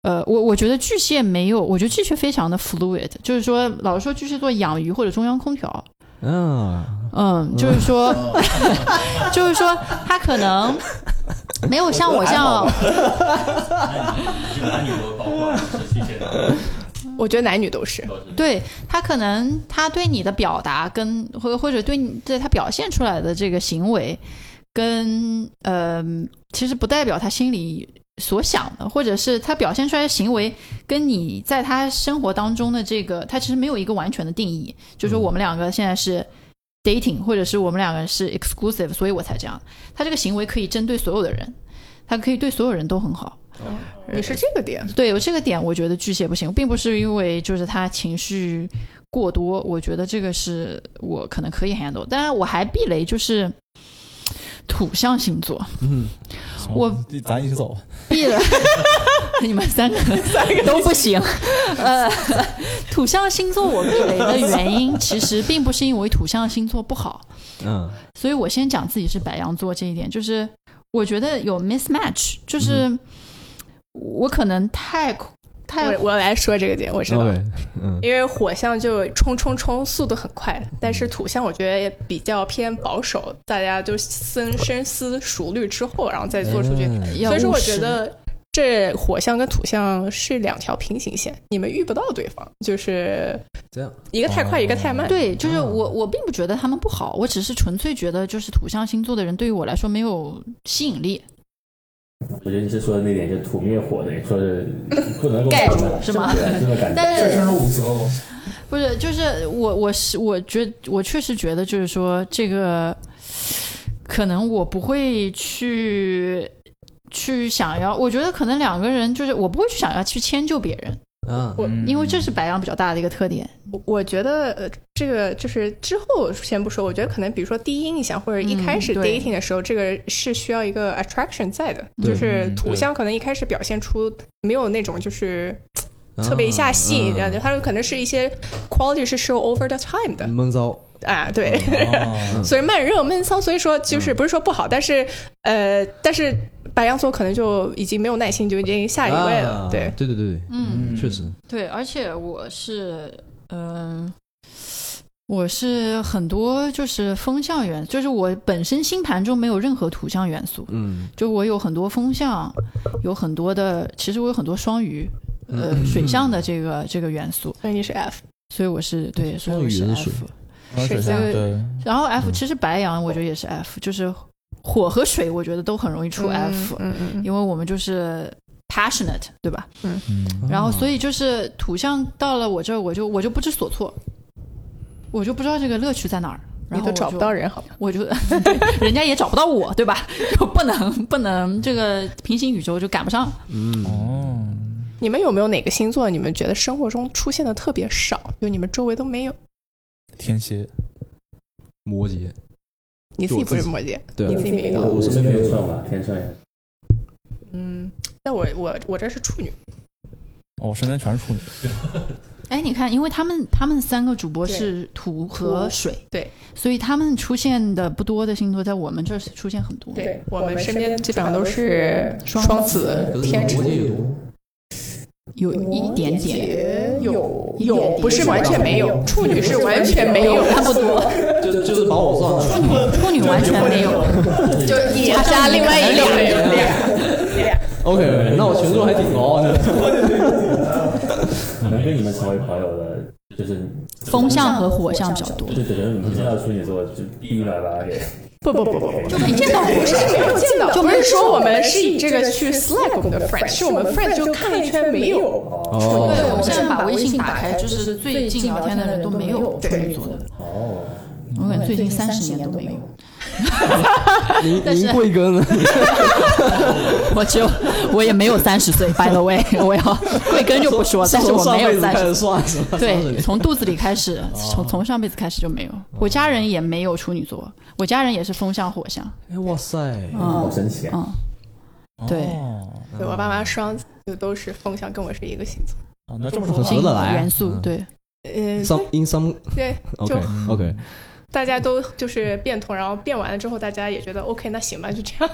呃，我我觉得巨蟹没有，我觉得巨蟹非常的 fluid，就是说，老是说巨蟹座养鱼或者中央空调，
啊，
嗯，就是说， 就是说，他可能没有像我这样，
这个男女都包括是巨蟹的，
我觉得男女都是。
对他可能他对你的表达跟或或者对你对他表现出来的这个行为，跟呃，其实不代表他心里所想的，或者是他表现出来的行为跟你在他生活当中的这个，他其实没有一个完全的定义。就是说我们两个现在是 dating，或者是我们两个人是 exclusive，所以我才这样。他这个行为可以针对所有的人，他可以对所有人都很好。
你是这个点，
对，有这个点，我觉得巨蟹不行，并不是因为就是他情绪过多，我觉得这个是我可能可以 handle。当然，我还避雷就是土象星座，我
咱一起走吧。
避了 你们三个 三个都不行。呃，土象星座我避雷的原因，其实并不是因为土象星座不好，
嗯
所以我先讲自己是白羊座这一点，就是我觉得有 mismatch，就是
嗯
我可能太太
我我来说这个点，我知道。
，OK，嗯
因为火象就冲冲冲，速度很快，但是土象我觉得也比较偏保守，大家就深深思熟虑之后，然后再做出决定。
嗯
要
所以说，
务
我
实
觉得这火象跟土象是两条平行线，你们遇不到对方，就是
这样，哦
一个太快，一个太慢。，
对，就是
啊
我，我并不觉得他们不好，我只是纯粹觉得，就是土象星座的人对于我来说没有吸引力，
我觉得你是说的那点，就是土灭火的，说是不能够
盖住
是吗
这种感觉。
但
这
是
真是无所谓。
不是，就是我，我是我觉，我确实觉得，就是说这个，可能我不会去去想要，我觉得可能两个人就是我不会去想要去迁就别人，
啊，
我
因为
嗯
这是白羊比较大的一个特点。
我我觉得呃，这个就是之后先不说，我觉得可能比如说第一印象或者一开始
嗯对
dating 的时候，这个是需要一个 attraction 在的，
对
就是
嗯
土
对
象可能一开始表现出没有那种就是
啊
特别一下吸引
啊
人，它可能是一些 quality 是 show over the time
嗯
的
嗯闷骚，
啊，对。
哦
所以慢热闷骚，所以说就是不是说不好，但是呃，但是白羊座可能就已经没有耐心，就已经下一位了。
啊
对，
对对对
嗯，
对，确实，
对，而且我是，嗯、我是很多就是风象元，就是我本身星盘中没有任何土象元素，
嗯
就我有很多风象，有很多的，其实我有很多双鱼，
嗯
呃，水象的这个这个元素，
所以你是 F，
所以我是对，所以
双
我
鱼嗯
是
也
F
是。
哦水象
水
对，
然后 F 其实白羊我觉得也是 F，就是火和水，我觉得都很容易出 F，、
嗯嗯嗯，
因为我们就是 passionate，对吧？
嗯，
然
啊
后所
哦
以就是土象到了我这儿，我就我就不知所措，我就不知道这个乐趣在哪儿，然后
你
我
都找不
就
到，人，好吧？
我就对人家也找不到我，对吧？就不能不能这个平行宇宙就赶不上。
嗯
哦，
你们有没有哪个星座你们觉得生活中出现的特别少，就你们周围都没有？
天蝎，
摩羯，
你自己不是摩羯，
对啊
你自己没有。
我是天秤吧，天秤。
嗯，但我我我这是处女，
哦我身边全是处女，
哎，你看，因为他们他们三个主播是土和水，
对，
所以他们出现的不多的星座，在我们这儿是出现很多。
对我们身边基本上都是
双
双子、天
摩
秤。
羯也多，
有一点点，
有有不是完全没有，处女是完全没有，
差不多。
就就是把我算上，
处女处女完全没有，
就你
加上你可能
另外一
两
个
个
人，
OK，那我权重还挺高的。
能跟你们成为朋友的，就是
风象和火象比较多。
对对对，你们见到处女座就一秒把他给
不不不不不，
就没见到
不
过
是没有见 到，
就
不
没
是
有
说
说
我
我
们
们
是
是
以
以
这
这
个
个
去
去
Slack 我们的 friend，是我们 friend 就看了一圈没有，
对，我们
哦，
现在把微信打开，就是最近聊天的人都没有处女座的。
哦，
我感觉最近三十年都没有。
您
但是
您贵庚呢？
我只有我也没有三十岁，by the way，我 要贵庚就不说，但是
从
我
上
没
辈
有
子
三
开
十
始。哦算是吧？
对，从肚子里开始，从从上辈子开始就没有。我家人也没有处女座，我家人也是风象火象。
哎，哇塞，
好神奇啊！
嗯，对
哦
对我爸妈双子就都是风象，跟我是一个星座。
啊那这么说
很
来
合得来啊
元素
嗯
对，
嗯，
some in some
对，
OK
就
嗯
OK，
大家都就是变通，然后变完了之后，大家也觉得 OK，那行吧，就这样。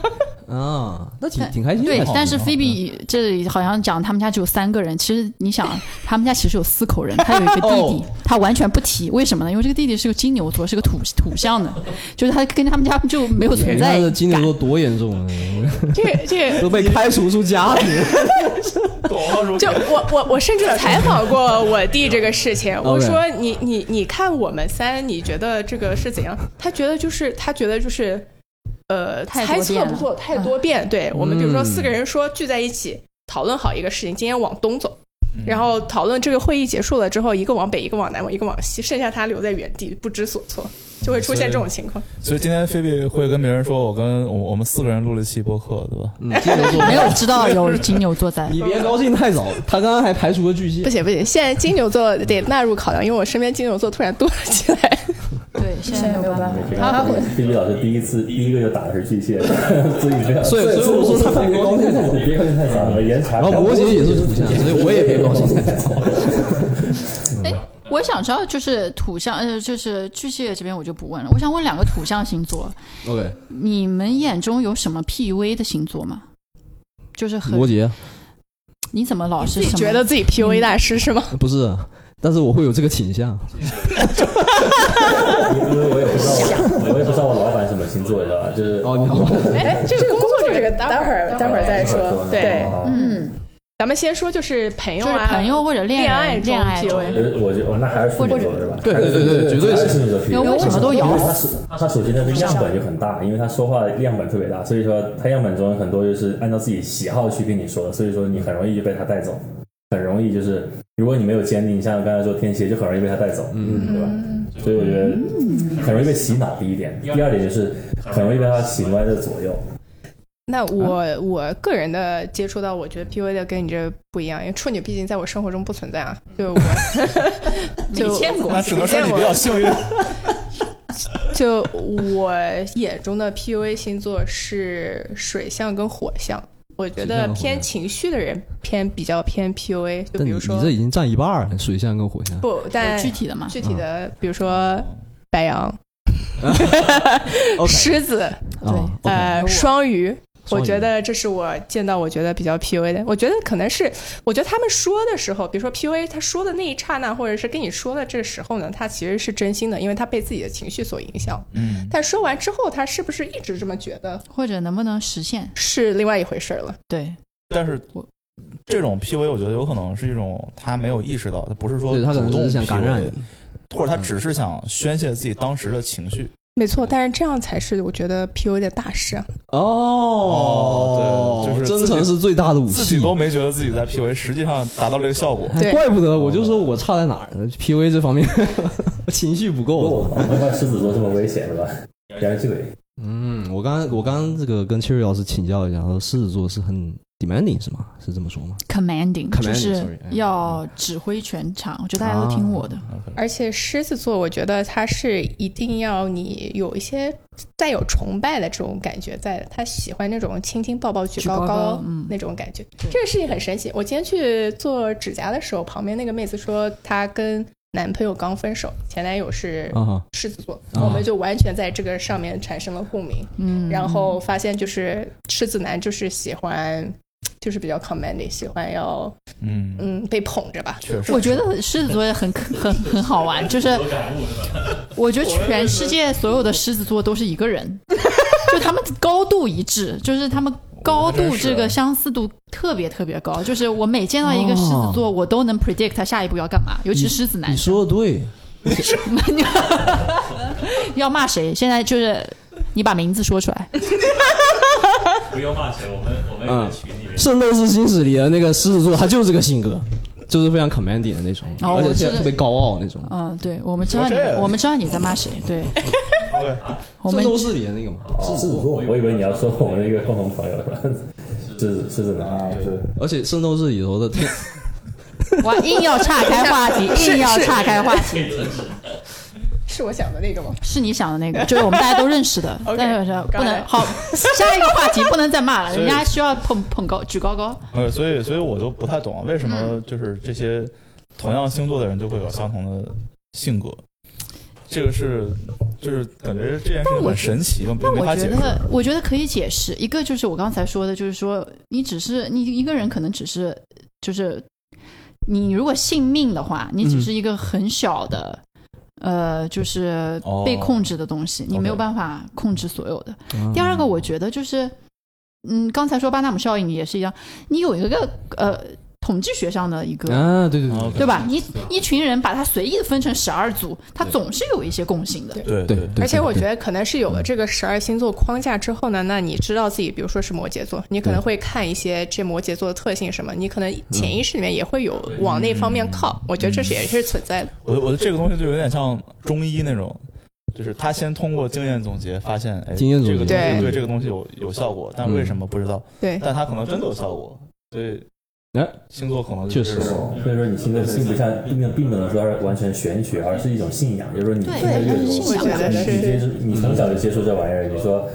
啊，那挺
但
挺开心的。
对，但 是
好
菲比这里好像讲他们家只有三个人，其实你想，他们家其实有四口 人，他有一个弟弟，他完全不提，为什么呢？因为这个弟弟是个金牛座，是个土土象的， 就是他跟他们家就没有存
他
在
的金牛
感。
座多严重啊！
这个这个
都被开除出家 庭。
就我我我甚至采访过我弟这个事情，我
OK
说你你你看我们三，你觉得这个是怎样？他觉得就是他觉得就是，呃，
太
猜
多
测
变
不
了嗯
做太多变。对我们比如说
嗯
四个人说聚在一起讨论好一个事情，今天往东走。
嗯
然后讨论这个会议结束了之后，一个往北，一个往南，一个往西，剩下他留在原地不知所措，就会出现这种情况。
所以今天菲比会跟别人说，我跟我我们四个人录了一期播客，对吧？
嗯，金牛座
没有知道有金牛座 在，
你别高兴太早，他刚刚还排除了巨
不
蟹。
行不行，现在金牛座得纳入考量，因为我身边金牛座突然多了起来。
对，现在没有办法。
他菲比老师第一次第一个就打的是巨蟹，所以不要，
所以所以我说他别高兴太早。
你别高兴太早了，严查。
然后伯爵也是土象，所以我也别高兴太 早。
哎，我想知道就是土象，呃，就是巨蟹这边我就不问了。我想问两个土象星座，
OK，
你们眼中有什么 PUA 的星座吗？就是很
摩羯
你怎么老是
自己
什么嗯
觉得自己 PUA 大师是吗？
不是，但是我会有这个倾向。
因为我也不知道我，我也不知道我老板什么星座，你知道吧？就是
哦，你好，
哎，这个工作这个待会儿
待会儿再
说对，
哦
嗯，
咱们先说就是朋友
就是
啊，
朋友或者恋
恋爱
人恋爱
中
中
PUA，
呃，我觉得那还是处女座是吧？
对对对对绝对是
还处女座 PUA。
因为为什么都有
因为他首他首先他的样本就很大，因为他说话的样本特别大，所以说他样本中很多就是按照自己喜好去跟你说的，所以说你很容易就被他带走，很容易就是如果你没有坚定，像刚才说天蝎就很容易被他带走，嗯，对吧？所以我觉得很容易被洗脑，第一点，第二点就是很容易被他洗歪的左右。
那我、我个人的接触到，我觉得 PUA 的跟你这不一样，因为处女毕竟在我生活中不存在啊，就我就
过，那只能说你比较幸运。
就我眼中的 PUA 星座是水象跟火象，我
水
觉
象
得
和火
偏
象
情绪的人偏比较偏 PUA，就
但
比
你
如
你
说
这已经占一半了，水象跟火象。
不，但
具体的嘛，
具体的，比如说白羊、
哦
OK
狮子、
啊，OK，
哦呃双鱼，
双
我
鱼
觉得这是我见到我觉得比较 PUA 的。我觉得可能是，我觉得他们说的时候，比如说 PUA，他说的那一刹那，或者是跟你说的这时候呢，他其实是真心的，因为他被自己的情绪所影响。
嗯，
但说完之后，他是不是一直这么觉得，
或者能不能实现？
是另外一回事儿了。
对，
但是
我
这种 PUA 我觉得有可能是一种他没有意识到，他不是说
对他可能
主
只
动
是想感染
PUA
你。
或者他只是想宣泄自己当时的情绪。
没错，但是这样才是我觉得 PUA 的大事啊。
哦
哦，对就是
真
自己
诚是最大的武器。
自己都没觉得自己在 PUA，实际上达到这个效果。
哎
对
怪不得我就说我差在哪儿呢？PUA 这方 面情绪不够。
哦，难怪狮子座这么危险是吧？杨志伟，
嗯，我刚我刚这个跟 Cherry 老师请教一下，说狮子座是很 demanding 是吗？是这么说吗？
commanding，就
sorry，
是
哎啊
要指挥全场，我觉得大家都听我的。
而且狮子座，我觉得他是一定要你有一些带有崇拜的这种感觉在的，他喜欢那种亲亲抱抱举
举
高
高
高
高嗯
那种感觉。这个事情很神奇。我今天去做指甲的时候，旁边那个妹子说她跟男朋友刚分手，前男友是
哦
啊哈，
狮子座，
啊
我们就完全在这个上面产生了共鸣。
嗯，
然后发现就是狮子男就是喜欢，就是比较 commanding，喜欢要
嗯，
嗯被捧着吧。
确实，
我觉得狮子座也很可 很很好玩，就是我觉得 全世界所有的狮子座都是一个人，就他们高度一致，就是他们高
真
度
是
这个相似度特别特别高，就是我每见到一个狮子座，我都能 predict 他下一步要干嘛，尤其是狮子
哦你
男，
说的对，
要骂谁，现在就是你把名字说出来，
不用骂谁，我们我们
嗯
有群里面
《圣斗士星矢》里的那个狮子座，他就是这个性格，就是非常 commanding 的那种，
哦
而
我
且
知
特别高傲那种。
嗯，对，我们知道你
说这，个
我们知道你在骂谁，对， 我
圣
们哦
斗士里的那个嘛，狮子座。
哦我以为你要说我们的一个共同朋友，是 是是怎么啊？是
而且圣斗士里 头的天，
我硬要岔开话题，硬要岔开话题，
是我想的那个吗？
是你想的那个，就是我们大家都认 识的，
OK，
但是不
刚
能
才
好，下一个话题不能再 骂了，
所以
人家需要捧捧高举高高，
呃，所以所以我就不太懂为什么就是这些同样星座的人就会有相同的性格，这个是就是感觉这件事情很神奇，并
那
没
我
法
觉
解释。
得，我觉得可以解释。一个就是我刚才说的，就是说你只是你一个人，可能只是就是你如果信命的话，你
嗯
只是一个很小的。呃，就是
哦
被控制的东西，你没有
OK
办法控制所有的。
啊
第二个，我觉得就是，嗯，刚才说巴纳姆效应也是一样，你有一个呃统计学上的一
嗯
个
啊，对对对
啊，OK
对吧？你一群人把它随意的分成十二组，它总是有一些共性的。
对
对
对，
对，嗯
而且我觉
得
得可能是有了这个十二星座框架之后呢，那你知道自己，比如说是摩羯座，你可能会看一些这摩羯座的特性什么，你可能潜
嗯
意识里面也会有往那方面靠。我觉得这是也是存在的。
我我觉得这个东西就有点像中医那种。就是他先通过经验总结发现，哎，
经验总结
这个东西
对嗯
对这个东西有有效果，但为什么不知道？
对，
但他可能真的有效果，所以
哎，
星座可能
确
就
实
是
所以说你现在信不下，并不并不能说它是完全玄学，而是一种信仰，就是说你
对
现在越
它是嗯
多，
信仰
你你接触，你从小就接触这玩意儿，你说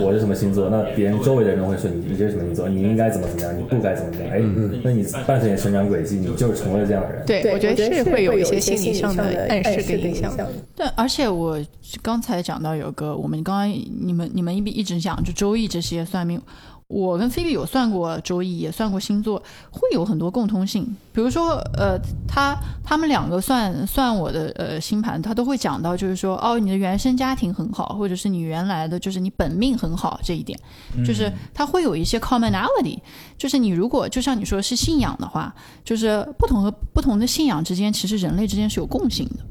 我是什么星座，那别人周围的人会说你你是什么星座，你应该怎么怎么样，你不该怎么怎么样，哎，那你伴随你成长轨迹，你就成为了这样的人。
对，
对，
我觉得是会有一些心理上
的
的暗示跟影响。
对，而且我刚才讲到有个，我们刚刚你们你们一一直讲就周易这些算命，我跟菲比有算过周易，也算过星座，会有很多共通性。比如说，呃，他他们两个算算我的呃星盘，他都会讲到就是说，哦，你的原生家庭很好，或者是你原来的就是你本命很好这一点，就是它会有一些 commonality，就是你如果就像你说是信仰的话，就是不同和不同的信仰之间，其实人类之间是有共性的。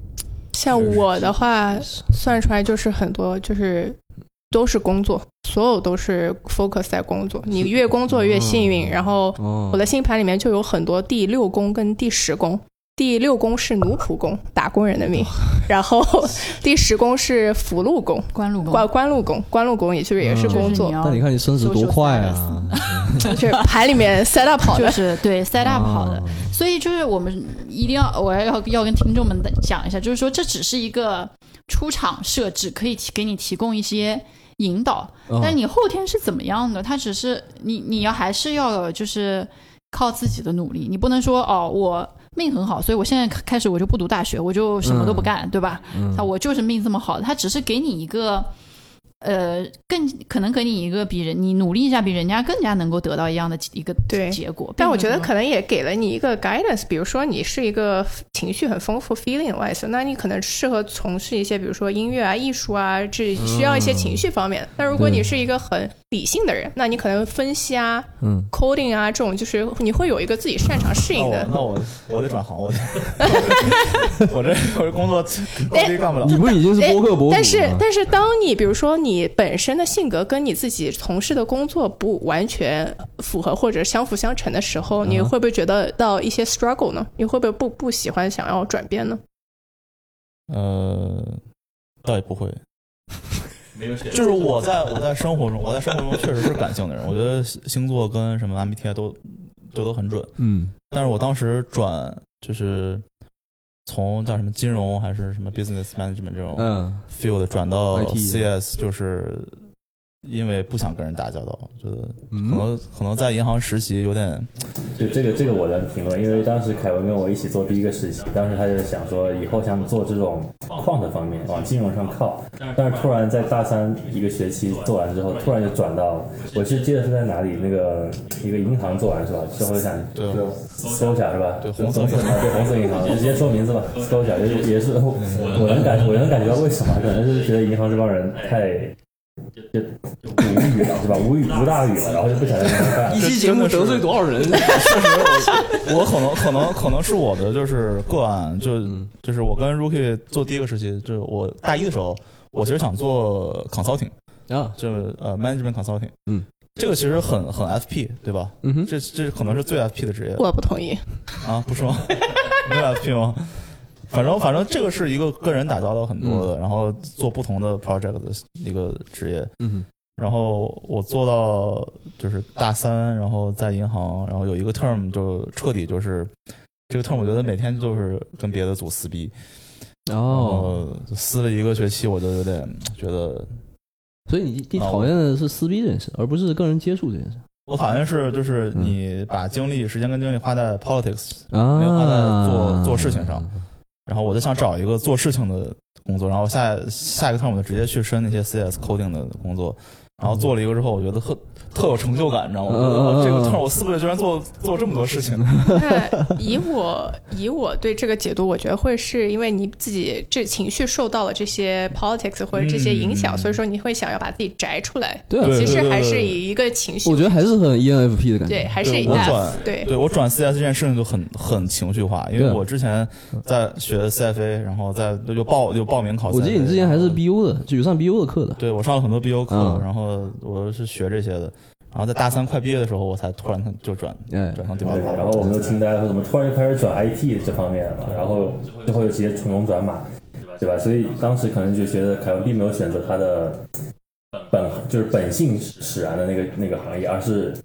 像我的话，算出来就是很多就是都是工作，所有都是 focus 在工作。你越工作越幸运。然后
哦
嗯
我的星盘里面就有很多第六宫跟第十宫。第六宫是奴仆宫，打工人的命；然后第十宫是福禄宫，
关路
官官禄宫，官禄宫也就是也
嗯
是工作，
但你看你升职多快啊！
就是牌里面 set up 好
就
的。啊
是 对 set up 好的，所以就是我们一定要，我要要跟听众们讲一下，就是说这只是一个出厂设置，可以提给你提供一些引导，
哦
嗯
但你后天是怎么样的，它只是你你要还是要就是靠自己的努力，你不能说哦我。命很好，所以我现在开始我就不读大学，我就什么
嗯
都不干，对吧？
嗯
他我就是命这么好，他只是给你一个，呃，更可能给你一个比人你努力一下，比人家更加能够得到一样的一个
对
结果。
但我觉得
并不是说
可能也给了你一个 guidance，比如说你是一个情绪很丰富 feeling wise，那你可能适合从事一些比如说音乐啊、艺术啊，这需要一些情绪方面的。但如果
对
你是一个很理性的人，那你可能分析啊、
嗯
coding 啊这种，就是你会有一个自己擅长适
那
应
我
的。
那我我得转行，我得 我这我这工作高低干不了
你。不已经是播客
哎
博主了吗？
但是，但是，当你比如说你本身的性格跟你自己从事的工作不完全符合或者相辅相成的时候，
嗯
你会不会觉得到一些 struggle 呢？你会不会不不喜欢想要转变呢？
呃，倒也不会。就是我在我在生活中，我在生活中确实是感性的人，我觉得星座跟什么 MBTI 啊都就都很准。
嗯
但是我当时转就是从叫什么金融还是什么 business management 这种
嗯
field 转到
IT
CS，就是因为不想跟人打交道，觉得可
嗯，
能可能在银行实习有点
就这个这个我能评论，因为当时凯文跟我一起做第一个实习，当时他就想说以后想做这种矿的方面，往金融上靠，但是突然在大三一个学期做完之后，突然就转到，我是记得是在哪里那个一个银行做完是吧？之后就想
对
就搜一下是吧？
对红色银行
对红色银行，就直接说名字吧，搜一下，就是也是我我能感我能感觉到为什么，可能是觉得银行这帮人太就无语了，是吧？无语无大语了，然后就不想再么干。
一期节目得罪多少 人？
我可能可能可能是我的就是个案，就
嗯
就是我跟 Rookie 做第一个时期，就是我大一的时候，我其实想做 consulting，
啊，
就是呃 management consulting，
嗯，
这个其实很很 FP 对吧？
嗯哼，
这这可能是最 FP 的职业
我不同意。
啊，不是吗？ 没有 FP 吗？反正反正这个是一个个人打交道很多的，然后做不同的 project 的一个职业，
嗯
然后我做到就是大三，然后在银行，然后有一个 term 就彻底就是这个 term，我觉得每天就是跟别的组撕逼，
哼，
然
哦，
后撕了一个学期，我就有点觉得
所以你你
啊
讨厌的是撕逼这件事，而不是跟人接触这件事
我讨厌是就是
嗯
你把精力、时间跟精力花在 politics，
啊。
哦没有花在做做事情上，然后我就想找一个做事情的工作，然后下下一个 term 我就直接去申那些 CS coding 的工作。然后做了一个之后，我觉得特特有成就感，你知道吗？
嗯嗯嗯嗯
这个 term 我四个月居然做做这么多事情，
那以我以我对这个解读，我觉得会是因为你自己这情绪受到了这些 politics 或者这些影响，
嗯
所以说你会想要把自己摘出来。
对啊，
对
其
对
实
对
还
对
是
对
以一个情绪，
我觉得还是很 E ENFP 的感觉。
对，还是
对
e
我
f
转
对
对我转 CS 这件事情就很很情绪化，因
对
为
啊
我之前在学 CFA，然后在就报就报名考 CFA。
我记得你之前还是 BU 的，就有上 BU 的课的。
对我上了很多 BU 课，
嗯
然后我是学这些的，然后在大三快毕业的时候，我才突然就转
哎，
转上 d
对
e v
吧然后我们又听大家说什么突然就开始转 IT 这方面了，然后最后又直接从中转码，对吧？所以当时可能就觉得凯文并没有选择他的本就是本性使然的那个那个行业，而是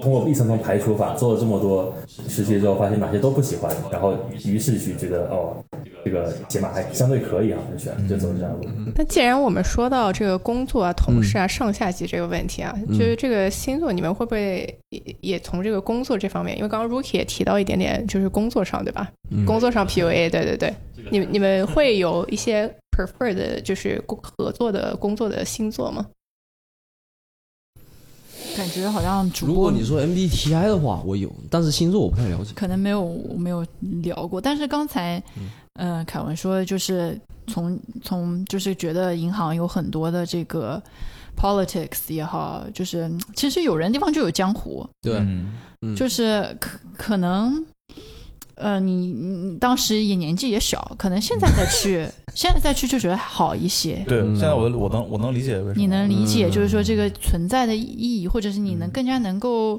通过一层层排除法做了这么多实习之后，发现哪些都不喜欢，然后于是去觉得哦，这个解码还相对可以啊，就选就走这条路。
那既然我们说到这个工作啊、同事啊、上下级这个问题啊，就是这个星座，你们会不会也也从这个工作这方面？因为刚刚 Rookie 也提到一点点，就是工作上对吧？
嗯
工作上 PUA，对对对，你们你们会有一些 prefer 的，就是合作的工作的星座吗？
感觉好像主
如
播
果你说 MBTI 的话，我有，但是星座我不太了解。
可能没有没有聊过，但是刚才，嗯、凯文说就是从从就是觉得银行有很多的这个 politics 也好，就是嗯其实有人地方就有江湖，
对
嗯，
嗯
就是可可能。呃，你你你当时也年纪也小，可能现在 再去，现在再去就觉得好一些。
对，
嗯
现在我我能我能理解为什么
你能理解，
嗯
就是说这个存在的意义，或者是你能更加能够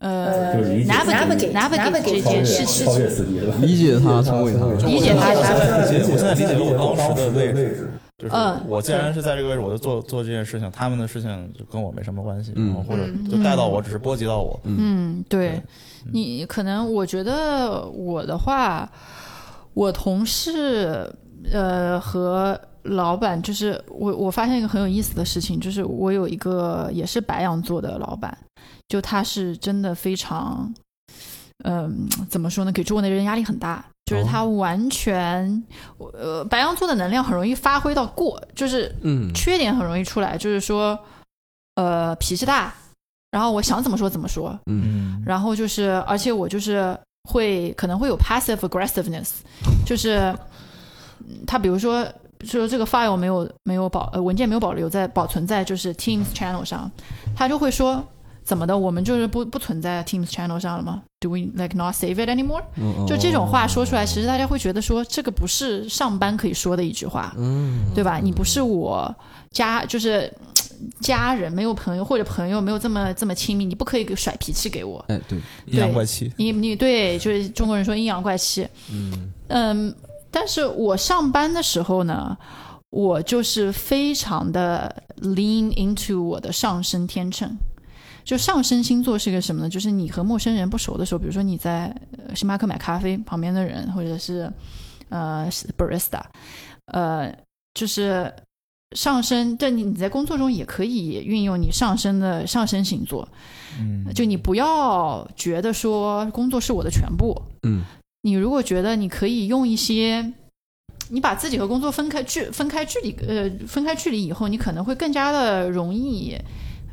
呃
就是理解
navigate navigate 这
超越
件事情。
超越四 D 了。
理解他，成为他。
理解他他
我现在理解我现在理解我当时的位置，
置。
就是
嗯
我既然是在这个位置，我就做做这件事情，他们的事情就跟我没什么关系，
嗯
然后或者就带到我，只是波及到我，
嗯，对
对
你可能，我觉得我的话，我同事呃和老板，就是我我发现一个很有意思的事情，就是我有一个也是白羊座的老板，就他是真的非常，嗯、怎么说呢，给中国的人压力很大。就是他完全，呃，白羊座的能量很容易发挥到过，就是
嗯
缺点很容易出来，就是说，呃，脾气大，然后我想怎么说怎么说，
嗯，
然后就是，而且我就是会可能会有 passive aggressiveness，就是嗯他比如说说这个 file 没有没有保呃文件没有保留在保存在就是 Teams channel 上，他就会说怎么的，我们就是不不存在 Teams channel 上了吗？Do we like not save it anymore？
嗯嗯哦
就这种话说出来，其实大家会觉得说这个不是上班可以说的一句话，
嗯
对吧？你不是我家，就是嗯家人没有朋友，或者朋友没有这么这么亲密，你不可以给甩脾气给我。
哎对，
阴阳怪气，
你你对，就是中国人说阴阳怪气。嗯但是我上班的时候呢，我就是非常的 lean into 我的上升天秤。就上升星座是个什么呢？就是你和陌生人不熟的时候，比如说你在呃星巴克买咖啡，旁边的人或者是呃 barista，呃，就是上升。但你你在工作中也可以运用你上升的上升星座，
嗯，
就你不要觉得说工作是我的全部，
嗯，
你如果觉得你可以用一些，你把自己和工作分开距分开距离，呃，分开距离以后，你可能会更加的容易，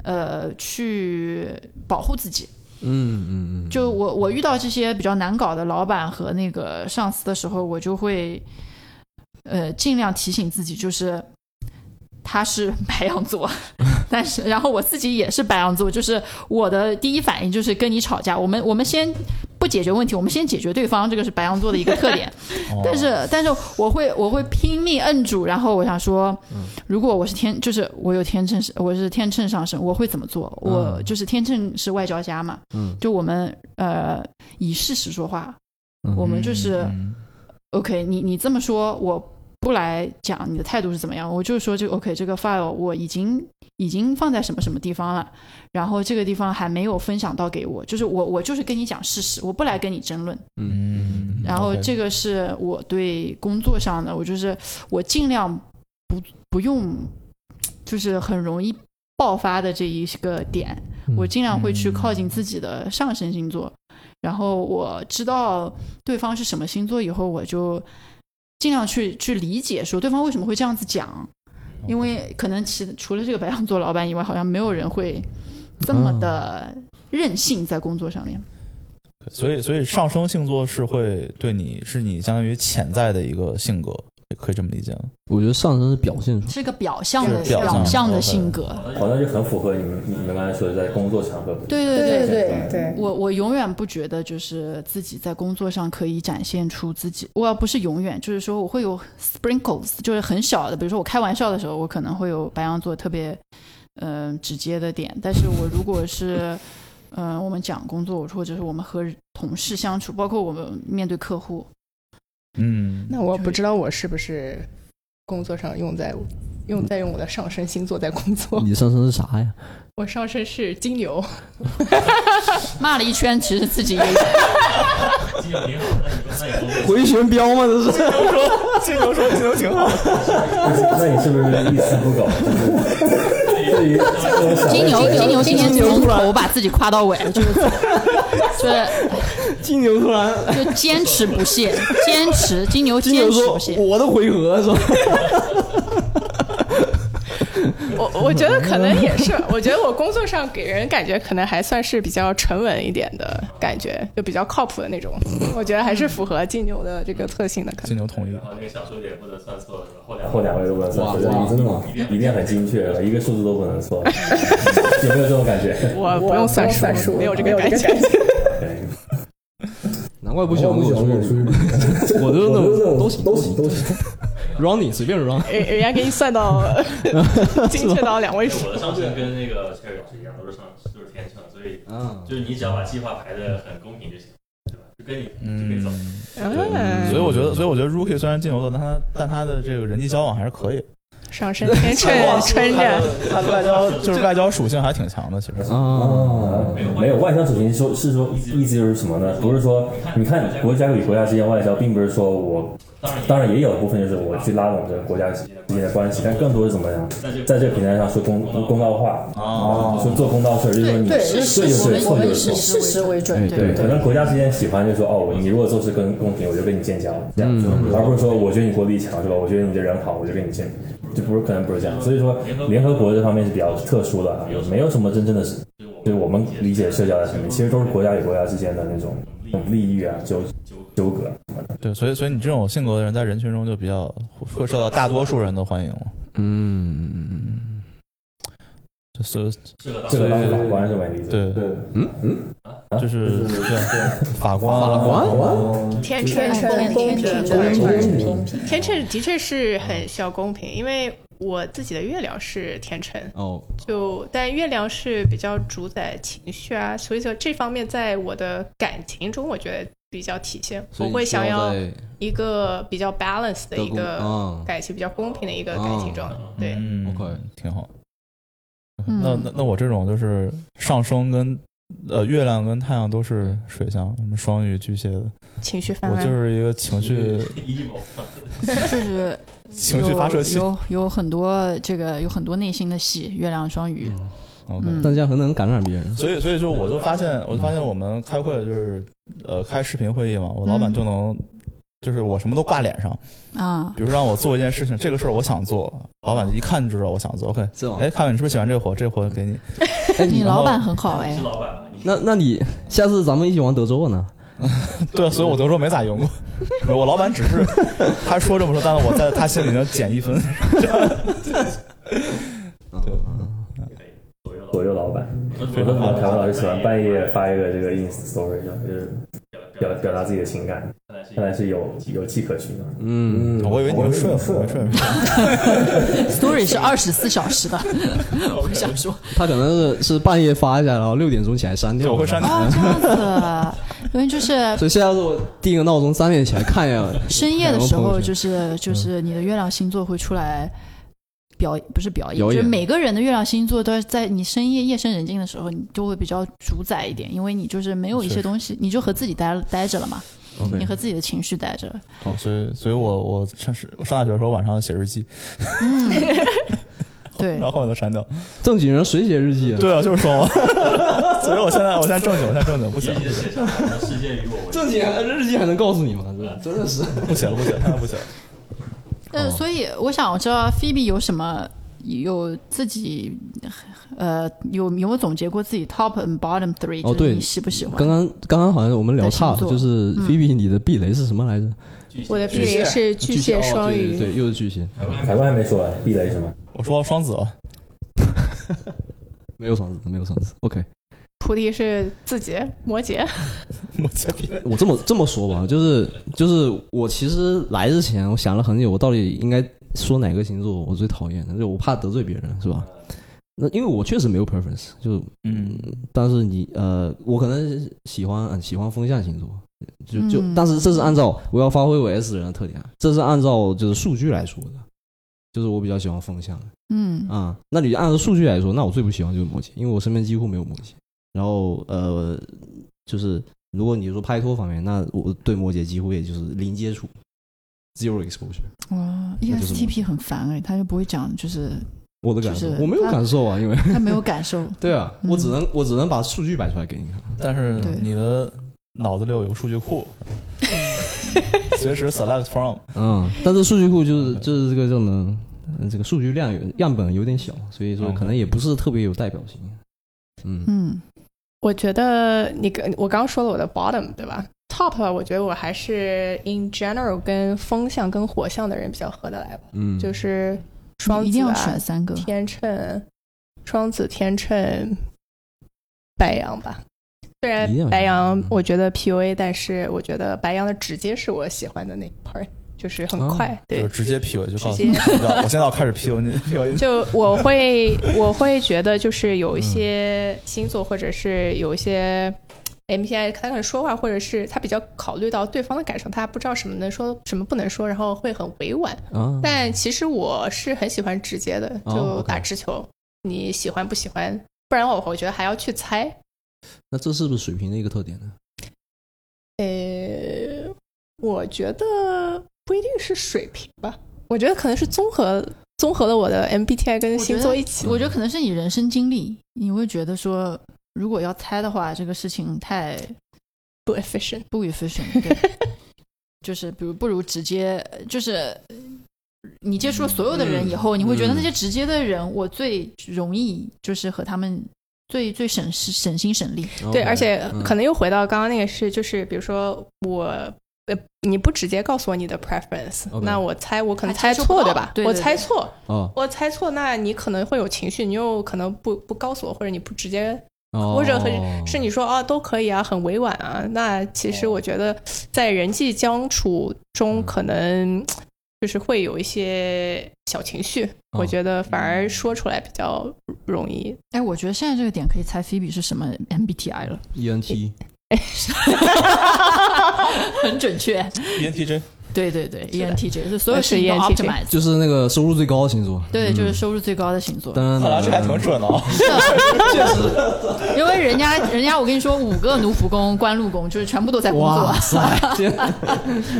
呃，去保护自己。
嗯嗯嗯，
就我我遇到这些比较难搞的老板和那个上司的时候，我就会， 呃，尽量提醒自己，就是他是白羊座，但是然后我自己也是白羊座，就是我的第一反应就是跟你吵架。我们我们先不解决问题，我们先解决对方，这个是白羊座的一个特点。
嗯
但
哦
是但是我会我会拼命摁住，然后我想说，如果我是天，就是我有天秤是我是天秤上升，我会怎么做？我就是天秤是外交家嘛，
嗯
就我们呃以事实说话，
嗯
我们就是。
嗯
OK，你你这么说，我不来讲你的态度是怎么样，我就说这个 OK，这个 file 我已经已经放在什么什么地方了，然后这个地方还没有分享到给我，就是我我就是跟你讲事实，我不来跟你争论。
嗯，
然后
OK
这个是我对工作上的，我就是我尽量不不用，就是很容易爆发的这一个点，
嗯
我尽量会去靠近自己的上升星座。然后我知道对方是什么星座以后，我就尽量去去理解，说对方为什么会这样子讲，因
哦
为可能其除了这个白羊座老板以外，好像没有人会这么
嗯
的任性在工作上面。
所以所以上升星座是会对你是你相当于潜在的一个性格，可以这么理解吗？
我觉得上升是表现出来，
是个表象的
是表象
象的
，OK
性格，
好像就很符合你们你们刚才说的在工作场合。
对对对
对对对，
我我永远不觉得就是自己在工作上可以展现出自己，我不是永远，就是说我会有 sprinkles，就是很小的，比如说我开玩笑的时候，我可能会有白羊座特别嗯、呃直接的点，但是我如果是嗯、呃我们讲工作，或者是我们和同事相处，包括我们面对客户，
嗯，
那我不知道我是不是工作上用在用在用我的上升星座在工作。
你的上升是啥呀？
我上升是金牛，
骂了一圈，其实自己也
回旋镖吗？这是
金牛说金牛挺好，
那你是不是一丝不苟？就是对于这种
金牛金牛今天
金牛
从
突然
头把自己夸到尾，就是 就是
金牛突然，
就坚持不懈，坚持金牛
金
坚
牛
持
说
不懈。
我的回合是吧？
我我觉得可能也是，我觉得我工作上给人感觉可能还算是比较沉稳一点的感觉，就比较靠谱的那种。我觉得还是符合金牛的这个特性的。可能
金牛同意。
后两位都不能算错，就是你真的吗？一定很精确，啊一个数字都不 能错，有没有这种感觉？
我不用算数，没有这个感觉。
对
难怪不喜欢跟我出去旅游，我都是那种都行都行都行，running 随便 run。
人人家给你 算到精确到两位数，
我的上升跟那个 Cherry 老师一样，都是上都是天秤，所以
嗯，
就是你只要把计划排的很公平就行，对吧？就跟你就跟
嗯
你走。，
嗯
所以我觉得，所以我觉得 Rookie 虽然金牛座，但他但他的这个人际交往还是可以，
上升天秤穿着
他的外 交就是外交属性还挺强的，其实。
嗯
啊，没有外销属性说是说意思就是什么呢？不是说你看国家与国家之间外销，并不是说我，当然也有部分就是我去拉拢这个国家之间的关系，但更多是怎么样，在这个平台上说公公道话，
哦
说做公道事儿，就是说你
是
对
我
就
们
对，
我
错就
们
是
事
错。
实为准。
哎
对
对，可能国家之间喜欢就说哦，你如果做事更公平，我就跟你建交，这样子，
嗯
而不是说我觉得你国力强是吧？我觉得你的人好，我就跟你建，就不是可能不是这样。所以说，联合国这方面是比较特殊的啊，没有什么真正的，就是我们理解社交的层面，其实都是国家与国家之间的那种那种利益啊纠纠葛。
对，所以所以你这种性格的人在人群中就比较会受到大多数人的欢迎嘛。
嗯，
就是
这个当法官是吧？你理解
对嗯啊
对，
就是对法官啊
法官
天
天
秤
秤
公平
天秤公平，
天秤的确是很小公平，因为我自己的月亮是天秤，
哦，
就但月亮是比较主宰情绪啊，所以说这方面在我的感情中，我觉得比较体现。
所
我
以
会想要
需在
一个比较 balance 的一
德国
个
啊
感情，比较公平的一
哦
个感情状态。对，
嗯
OK
挺好。
嗯
那那那我这种就是上升跟呃月亮跟太阳都
嗯
是水象，什么双鱼、巨蟹的，
情绪泛
我就
滥。
是一个情绪
就是
情绪发射器。
有有有很多这个有很多内心的戏，月亮双鱼，
OK，
嗯，
但这样很能感染别人。
所以，所以就我就发现，我就发现我们开会就是，呃，开视频会议嘛，我老板就
嗯
能，就是我什么都挂脸上，
啊，
比如说让我做一件事情，这个事儿我想做，老板一看就知道我想做。OK，
哦
是吗
哎，看看你是不是喜欢这个活，这个活给你。
哎，
你
然
老
后
板很好哎，
那那你下次咱们一起玩德州呢？
对啊，所以我德州没咋赢过，没有我老板只 是他说这么说，但是我在他心里能减一分。对，
啊老是喜欢半夜发一个这个 ins story，然后就是表表达自己的情感，看来是有有迹可循的。
嗯，
我以为你们顺服，顺服。
story 是二十四小时的， 我想说
他可能是是半夜发一下，然后六点钟起来删掉。
我会删掉。
哦，这样子，因为就是
所以下次我定个闹钟三点起来看一下，
深夜的时
然后
候，
朋友圈
就是就是你的月亮星座会出来表，不是表演，
表演
就是每个人的月亮星座都是在你深夜夜深人静的时候，你就会比较主宰一点，因为你就是没有一些东西，你就和自己待待着了嘛，
OK
你和自己的情绪待着。
好，哦所以所以我我上是我上大学的时候晚上写日记，
对
然，后后面都删掉。
正经人谁写日记啊？
对啊，就是 说嘛。所以我现在我现在正经，我现在正经，不写
积极的写下来，世界与我为
正经人日记还能告诉你吗？ 真的真的是。
不写了不写了，现在不写了。
呃，
哦
所以我想知道菲比有什么有自己呃有有没有总结过自己 top and bottom three？
哦
就是
对
你喜不喜欢？
刚刚刚刚好像我们聊岔了，
在星
就
座
是菲比，你的避雷是什么来着？
我的避雷是巨蟹、双
哦
鱼，
对对，对又是巨蟹，
凯文还没说啊完，
啊
避雷什么？
我说双子了，
没有双子，没有双子。OK，
菩提是字节、摩羯。
我洁癖。
我这么这么说吧，就是就是我其实来之前，我想了很久，我到底应该说哪个星座我最讨厌的，就我怕得罪别人，是吧？那因为我确实没有 preference，就
嗯，
但是你呃，我可能喜欢嗯喜欢风象星座，就就，
嗯
但是这是按照我要发挥我 S 人的特点啊，这是按照就是数据来说的，就是我比较喜欢风象
嗯
啊、那你按照数据来说，那我最不喜欢就是摩羯，因为我身边几乎没有摩羯。然后呃，就是如果你说拍拖方面，那我对摩羯几乎也就是零接触，zero exposure，
哇
那就是
，ESTP 很烦哎，他就不会讲，就是
我的感受，
就是
我没有
他
感受啊，因为
他没有感 受。
对啊，
嗯
我只能我只能把数据摆出来给你看。
但是
对
你的脑子里有个数据 库，随时 select from。
嗯，但是数据库就是
OK
就是这个叫什么，呃这个数据量有样本有点小，所以说
OK
可能也不是特别有代表性。嗯，
嗯
我觉得你跟我刚说了我的 bottom 对吧？top 啊我觉得我还是 in general 跟风象跟火象的人比较合得来吧，
嗯，
就是双
你一定
子
要
啊
选、三个。
天秤、双子、天秤、白羊吧。虽然
一定要
白羊
嗯
我觉得 PUA，但是我觉得白羊的直接是我喜欢的那一 part，就是很快，
就
对
是，直接哦 P 我就告诉
直
你，我
接
现在我现在要开始 P 我你 P 我你。
就我会我会觉得，就是有一些星座，或者是有一些 MPI，他可能说话，或者是他比较考虑到对方的感受，他不知道什么能说，什么不能说，然后会很委婉。
啊，
但其实我是很喜欢直接的，
哦
就
，OK
打直球，你喜欢不喜欢？不然我我觉得还要去猜。
那这是不是水平的一个特点呢？
呃，我觉得不一定是水平吧，我觉得可能是综合综合了我的 MBTI 跟
我觉
星
得
座一起。
我觉得可能是你人生经历，你会觉得说，如果要猜的话，这个事情太
不 efficient。
不 efficient，对 就是比如不如直接，就是你接触了所有的
嗯
人以后，你会觉得那些直接的人，我最容易就是和他们最最省事、省心省力。
对，
OK，
而且
嗯
可能又回到刚刚那个事，就是比如说我。呃，你不直接告诉我你的 preference，、
OK
那我猜我可能
还
猜
接受不
错，
到
对吧？
对对
我猜错，
哦
我猜错，那你可能会有情绪，你又可能不不告诉我，或者你不直接，
哦，
或者很是你说啊都可以啊，很委婉啊。那其实我觉得在人际相处中，
嗯
可能就是会有一些小情绪，
哦
我觉得反而说出来比较容易。
哎，我觉得现在这个点可以猜菲比是什么 MBTI 了，
ENT
很准确。
ENTJ
对对，E 对
的
，ENTJ 是所 E 有
是
事情都
ENTJ
optimize，
就是那个收入最高的星座，
对，就是
嗯。
收入最高的星座。
当
看来
然，
这还挺准的啊。
确实， 因为人家人家我跟你说，五个奴仆宫、官禄宫，就是全部都在工作
哇。塞，这
那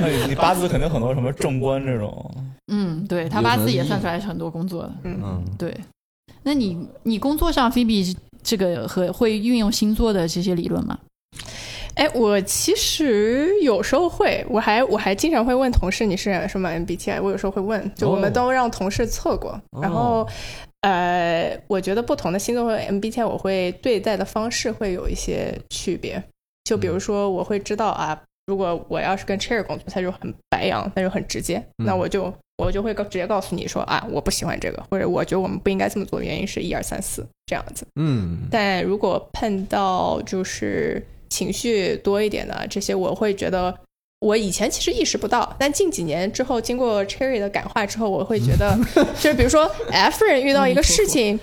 哎你你八字肯定很多什么正官这种，
嗯，对他
有
八
能
字也
力
算出来是很多工作的。
嗯，
对，那你你工作上菲比这个和会运用星座的这些理论吗？
哎，我其实有时候会，我还我还经常会问同事你是什么 MBTI，我有时候会问，就我
哦
们都让同事测过，然
哦
后呃，我觉得不同的星座和 MBTI，我会对待的方式会有一些区别。就
嗯
比如说，我会知道啊，如果我要是跟 Cherry 工作，他就很白羊，那就很直接，那
嗯
我就我就会告直接告诉你说啊，我不喜欢这个，或者我觉得我们不应该这么做，原因是一二三四这样子。
嗯，
但如果碰到就是情绪多一点的这些，我会觉得我以前其实意识不到，但近几年之后，经过 Cherry 的感化之后，我会觉得，就是比如说 F 人遇到一个事情。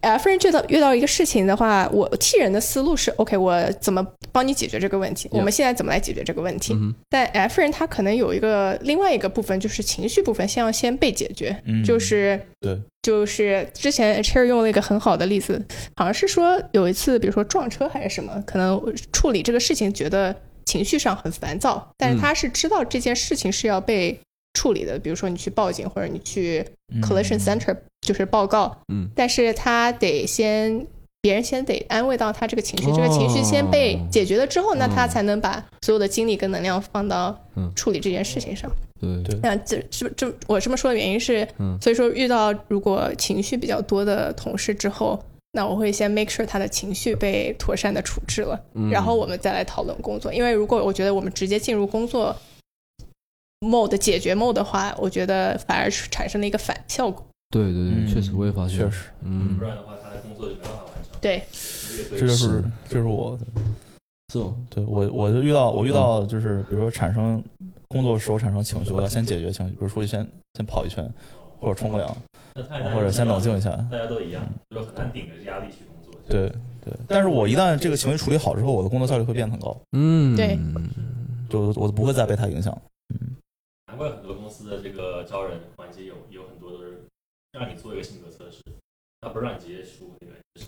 F 人遇到遇到一个事情的话，我替人的思路是 OK，我怎么帮你解决这个问题？我们现在怎么来解决这个问
嗯
题？但 F 人他可能有一个另外一个部分，就是情绪部分，先要先被解决，
嗯
就是
对，
就是之前 Cherry 用了一个很好的例子，好像是说有一次，比如说撞车还是什么，可能处理这个事情觉得情绪上很烦躁，但是他是知道这件事情是要被处理的，比如说你去报警或者你去
嗯
collision center 就是报告，
嗯，
但是他得先。别人先得安慰到他这个情绪，这个情绪先被解决了之后，那他才能把所有的精力跟能量放到
嗯
处理这件事情上。
对
对
那这这这，我这么说的原因是，
嗯
所以说遇到如果情绪比较多的同事之后，那我会先 make sure 他的情绪被妥善的处置了，
嗯
然后我们再来讨论工作。因为如果我觉得我们直接进入工作 mode 解决 mode 的话，我觉得反而是产生了一个反效果。
对对对，
嗯
确实我也发现，
确实，
嗯
不，然的话他的工作就没办法完成。
对，
这就是是这是我
这种
对我我就遇到我遇
嗯
到就是比如说产生工作时候产生情绪，我要先解决情绪，比如出去先先跑一圈，或者冲个凉，
那他大家
或者先冷静一下。
大家都一样，就是很难顶着压力去工作。
对对，但是我一旦这个情绪处理好之后，我的工作效率会变得很高，
嗯，
对
就我不会再被它影响。
难怪很多公司的这个招人环节有有很多都是让你做一个性格测试，他不是让你直接输那个知识，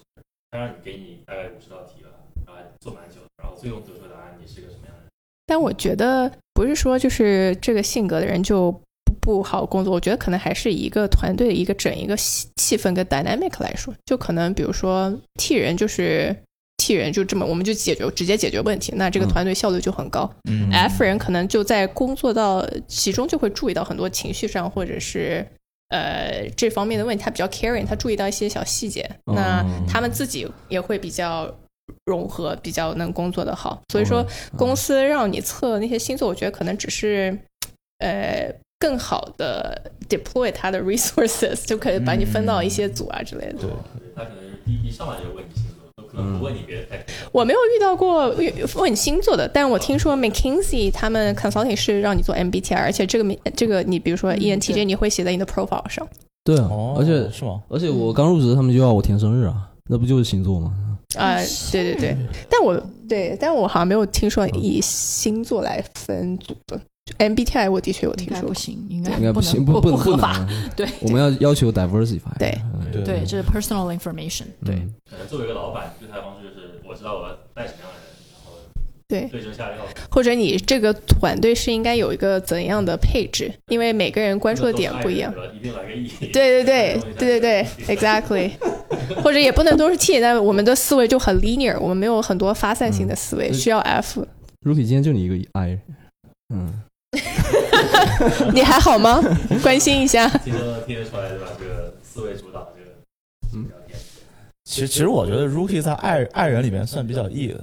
他让你给你大概五十道题吧，然后做蛮久的，然后最后得出答案你是个什么样的人。
但我觉得不是说就是这个性格的人就不不好工作，我觉得可能还是一个团队的一个整一个气气氛跟 dynamic 来说，就可能比如说替人就是替人就这么，我们就解决直接解决问题，那这个
嗯
团队效率就很高。
嗯
F 人可能就在工作到其中就会注意到很多情绪上或者是。呃，这方面的问题，他比较 caring，他注意到一些小细节，
哦
那他们自己也会比较融合，比较能工作的好。所以说，公司让你测那些星座，我觉得可能只是呃更好的 deploy 它的 resources，就可以把你分到一些组啊之类的。
对，
对他可能是第一上来就问你星座，都可能不问
嗯
你别的太多。
我没有遇到过问问星座的，但我听说 McKinsey 他们 consulting 是让你做 MBTI，而且这个名这个你比如说 E
嗯
ENTJ
对
你会写在你的 profile 上。
对啊
哦，，
而且
是吗？
而且
嗯
我刚入职，他们就要我填生日啊，那不就是星座吗？
啊、对对对，但我对，但我好像没有听说以星座来分组的。就 MBTI 我的确有
应
听
该
说
不
过，
行，应该
应该
不
行，
能
不
不
能不
合
能
法。
啊，
对
我们要要求 diversify，
对
嗯
对
对，这是 personal information。对，
嗯
可能作为一个老板，对他的方式就是我知道我要带什么样的人，然后
对
对症下药。
或者你这个团队是应该有一个怎样的配置，因为每个人关注的点不一样。
都是爱人，对吧一定来个 E。
对对对对对对，exactly。或者也不能都是 T，但我们的思维就很 linear，我们没有很多发散性的思维，
嗯
需要 F。
，Rookie 今天就你一个 I，嗯，
你还好吗？关心一下。
听得听得出来对吧？这个思维主导这个
嗯
聊天。
其实其实我觉得 Rookie 在爱爱人里面算比较 E 的，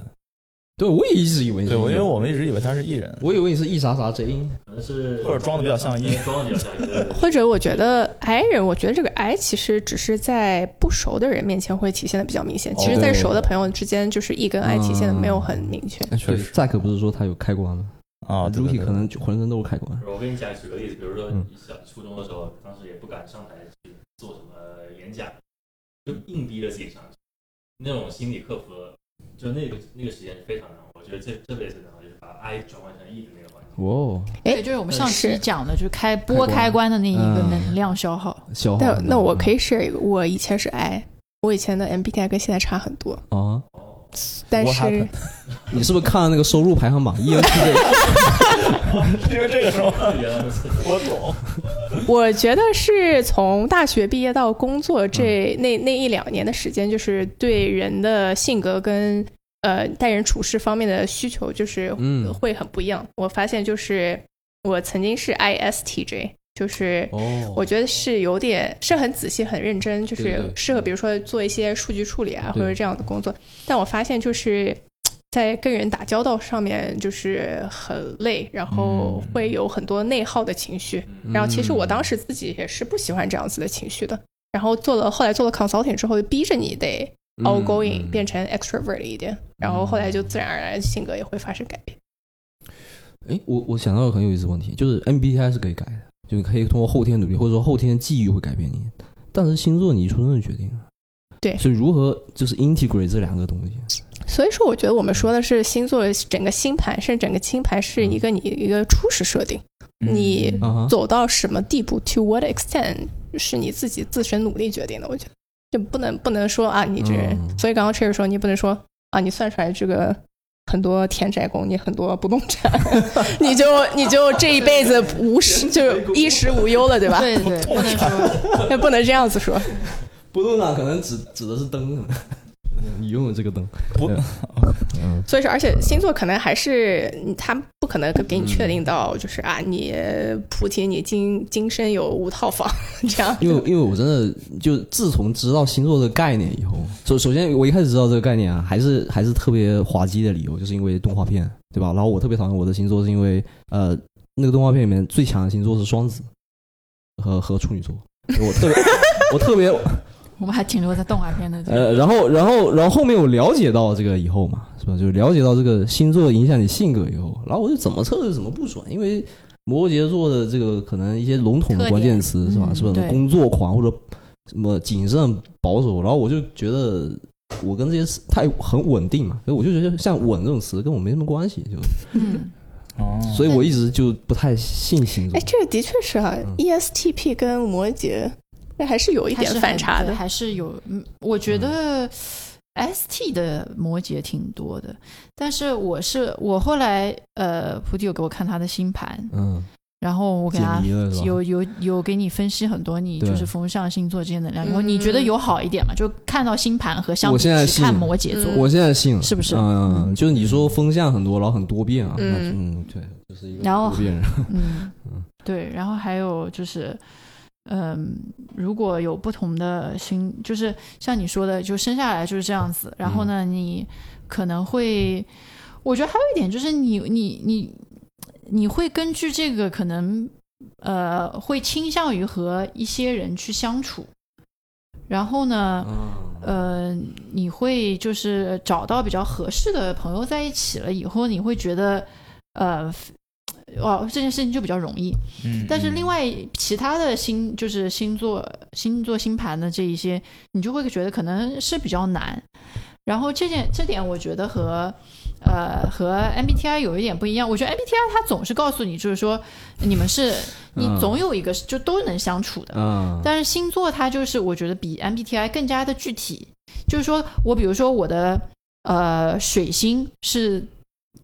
对我也一直以为你是
对，我因为
E
我们一直以为他是 E 人，
我以为你是 E 啥啥 J，
可能是
或者装得比较像一
装的比较像一个。
或者我觉得 I 人，我觉得这个 I 其实只是在不熟的人面前会体现的比较明显，其实在熟的朋友之间，就是 E 跟 I 体现的没有很明确。
哎确实
，Zack 不是说他有开关吗
啊，对对
？Rookie
对
可能就浑身都是开关，
我跟你讲，举个例子，比如说
嗯
你小初中的时候，当时也不敢上台去做什么演讲，就硬逼着自己上去，那种心理克服，就那个那个时间是非常难。我觉得这这辈子难，就是把 I 转换成 E 的那个环节。
哇哦，
哎
对，就是我们上期
是
讲的，就是开拨开关的那一个
嗯
能量消 耗。
消耗很
那
大。
那我可以 share 一个，我以前是 I，我以前的 MBTI 跟现在差很多，
哦
啊，
但
What
是
happened？
你是不是看了那个收入排行榜 ENTJ？
因为这个时候
原来是
我懂，
我觉得是从大学毕业到工作这
嗯
那那一两年的时间，就是对人的性格跟呃待人处事方面的需求，就是
嗯
会很不一样。我发现就是我曾经是 ISTJ，就是
哦，
我觉得是有点是很仔细、很认真，
对
就是
对嗯
适合比如说做一些数据处理啊，
对
或者这样的工作。但我发现就是在跟人打交道上面就是很累，然后
嗯
会有很多内耗的情绪。然后其实我当时自己也是不喜欢这样子的情绪的。然后做了后来做了 consulting 之后，逼着你得
嗯
outgoing、变成 extrovert 一点，然后后来就自然而然性格也会发生改变。
哎，我我想到个很有意思的问题，就是 MBTI 是可以改的，就你可以通过后天努力，或者说后天的际遇会改变你，但是星座你出生就决定了。
对
所以如何就是 integrate 这两个东西？
所以说，我觉得我们说的是星座的整个星盘，甚至整个星盘是一个你一个初始设定，你
啊哈，
走到什么地步，to what extent 是你自己自身努力决定的。我觉得就不能不能说啊，你这人，
嗯
所以刚刚 Cherry 说，你不能说啊，你算出来这个。很多田宅宫，你很多不动产， 你就你就这一辈子无时就是衣食无忧了，对吧？
对对，不能说
也 不能这样子说。
不动产可能指指的是 灯，你拥有这个灯，
不，
所以说，而且星座可能还是嗯他不可能给你确定到，就是啊，你菩提你今今生有五套房这样。
因为因为我真的就自从知道星座这个概念以后，首首先我一开始知道这个概念啊，还是还是特别滑稽的理由，就是因为动画片，对吧？然后我特别讨厌我的星座，是因为呃，那个动画片里面最强的星座是双子和和处女座，我特别 我特别
我们还停留在动画片的这个
呃，然后，然后，然后后面我了解到这个以后嘛，是吧？就了解到这个星座影响你性格以后，然后我就怎么测试怎么不爽，因为摩羯座的这个可能一些笼统的关键词
特点
是吧？
嗯
是吧
对？
工作狂或者什么谨慎保守，然后我就觉得我跟这些词太很稳定嘛，所以我就觉得像稳这种词跟我没什么关系，就
嗯，
哦，
所以我一直就不太信星座
哎，。这个的确是啊，ESTP 跟摩羯，那还是 有一
还
点
是很
反差
对
的。
还是有。嗯我觉得 ST 的摩羯挺多的，但是我是我后来呃，菩提有给我看他的星盘，
嗯，
然后我给他
解谜了是吧
有有有给你分析很多你
对
就是风象星座之间的能量，然后
嗯
你觉得有好一点嘛？就看到星盘和相
我
比
现在
只看
信
摩羯座，
嗯
我现在信了，
是不是
嗯，就是你说风向很多，然后很多变啊，
嗯
那嗯，对，就是一个
然后
多变人。
嗯，对，然后还有就是，嗯，如果有不同的星，就是像你说的，就生下来就是这样子。然后呢，你可能会，我觉得还有一点就是你，你你你会根据这个可能，呃，会倾向于和一些人去相处。然后呢，呃，你会就是找到比较合适的朋友在一起了以后，你会觉得，呃，哦，这件事情就比较容易。
嗯
但是另外其他的星就是星座、星座星盘的这一些，你就会觉得可能是比较难。然后这件这点，我觉得和呃和 MBTI 有一点不一样。我觉得 MBTI 它总是告诉你，就是说你们是你
嗯
总有一个是就都能相处的，
嗯，
但是星座它就是我觉得比 MBTI 更加的具体，就是说我比如说我的呃水星是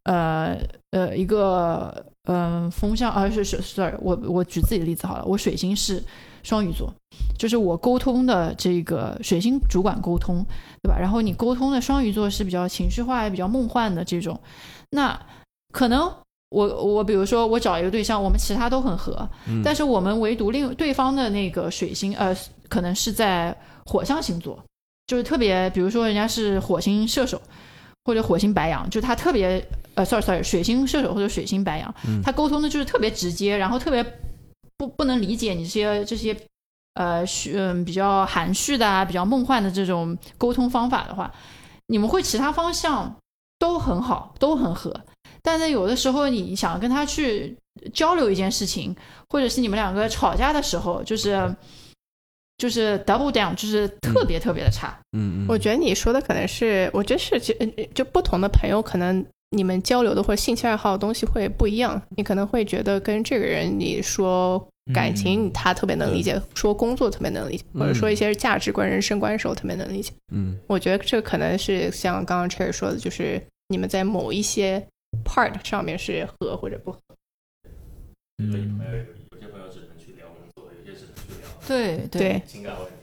呃呃一个嗯、呃风向啊是是 sorry 我我举自己的例子好了，我水星是双鱼座，就是我沟通的这个水星主管沟通，对吧？然后你沟通的双鱼座是比较情绪化、比较梦幻的这种，那可能。我我比如说，我找一个对象，我们其他都很合，
嗯
但是我们唯独另对方的那个水星，呃，可能是在火象星座，就是特别，比如说人家是火星射手或者火星白羊，就他特别，呃，sorry sorry，水星射手或者水星白羊，他沟通的就是特别直接，然后特别不不能理解你这些这些。呃，虚嗯，比较含蓄的啊，比较梦幻的这种沟通方法的话，你们会其他方向都很好，都很合。但是有的时候你想跟他去交流一件事情，或者是你们两个吵架的时候，就是就是 double down，就是特别特别的差。
嗯嗯，
我觉得你说的可能是，我觉得是就就不同的朋友可能。你们交流的或者兴趣爱好的东西会不一样，你可能会觉得跟这个人你说
嗯
感情他特别能理解，说工作特别能理解，或者说一些价值观、人生观的时候特别能理解。
嗯
我觉得这可能是像刚刚 Cherry 说的，就是你们在某一些 part 上面是合或者不合。
对
嗯
朋友有有些朋友只能去聊工作，有些只能去聊
对
对，
情感问题。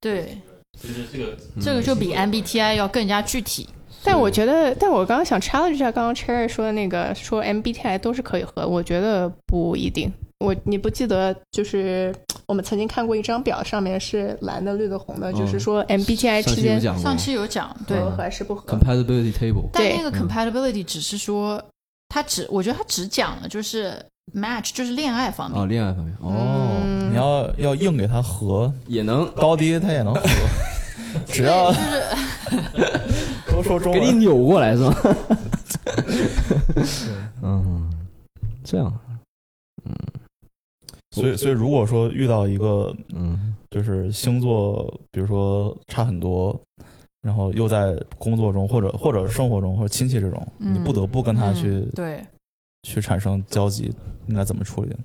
对，
就是这个
嗯
这个就比 MBTI 要更加具体。
但我觉得，但我刚刚想 challenge 一下刚刚 Cherry 说的那个，说 MBTI 都是可以合，我觉得不一定。我你不记得就是我们曾经看过一张表，上面是蓝的、绿的、红的，
嗯
就是说 MBTI
上期
之
有
间
讲过
上期有讲，对，
合还是不合。
compatibility table，
但
对
那个 compatibility 只是说，他只我觉得他只讲了就是 match，就是恋爱方面。
啊，恋爱方面
嗯
嗯
哦，
你要要硬给它合，
也能
高低它也能合， 只 要
就是
都说中
给你
文。
扭过来是吗？嗯，这样，
所以所以如果说遇到一个
嗯
就是星座，比如说差很多，然后又在工作中或者或者生活中或者亲戚这种，
嗯
你不得不跟他去、
嗯对
去产生交集，应该怎么处理？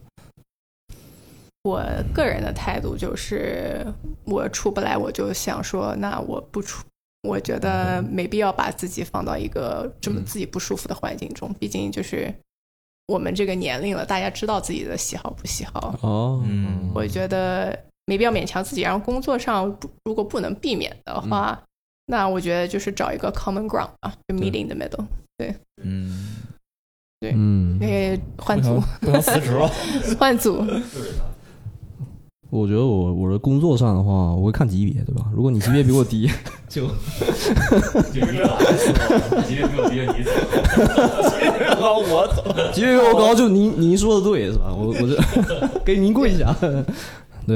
我个人的态度就是，我处不来，我就想说，那我不处。我觉得没必要把自己放到一个这么自己不舒服的环境中，毕竟就是我们这个年龄了，大家知道自己的喜好不喜好。
哦，
嗯
我觉得没必要勉强自己。然后工作上不如果不能避免的话，那我觉得就是找一个 common ground 啊，就 meet in the middle，
嗯，
嗯
可，以换
不想
组，
不想辞职了。
换组。
我觉得我我的工作上的话，我会看级别，对吧？如果你级别比我低，
就你老走，你也没有别人你走，
我走，
级别比我高，就您您说的对是吧？我我这给您跪下。 对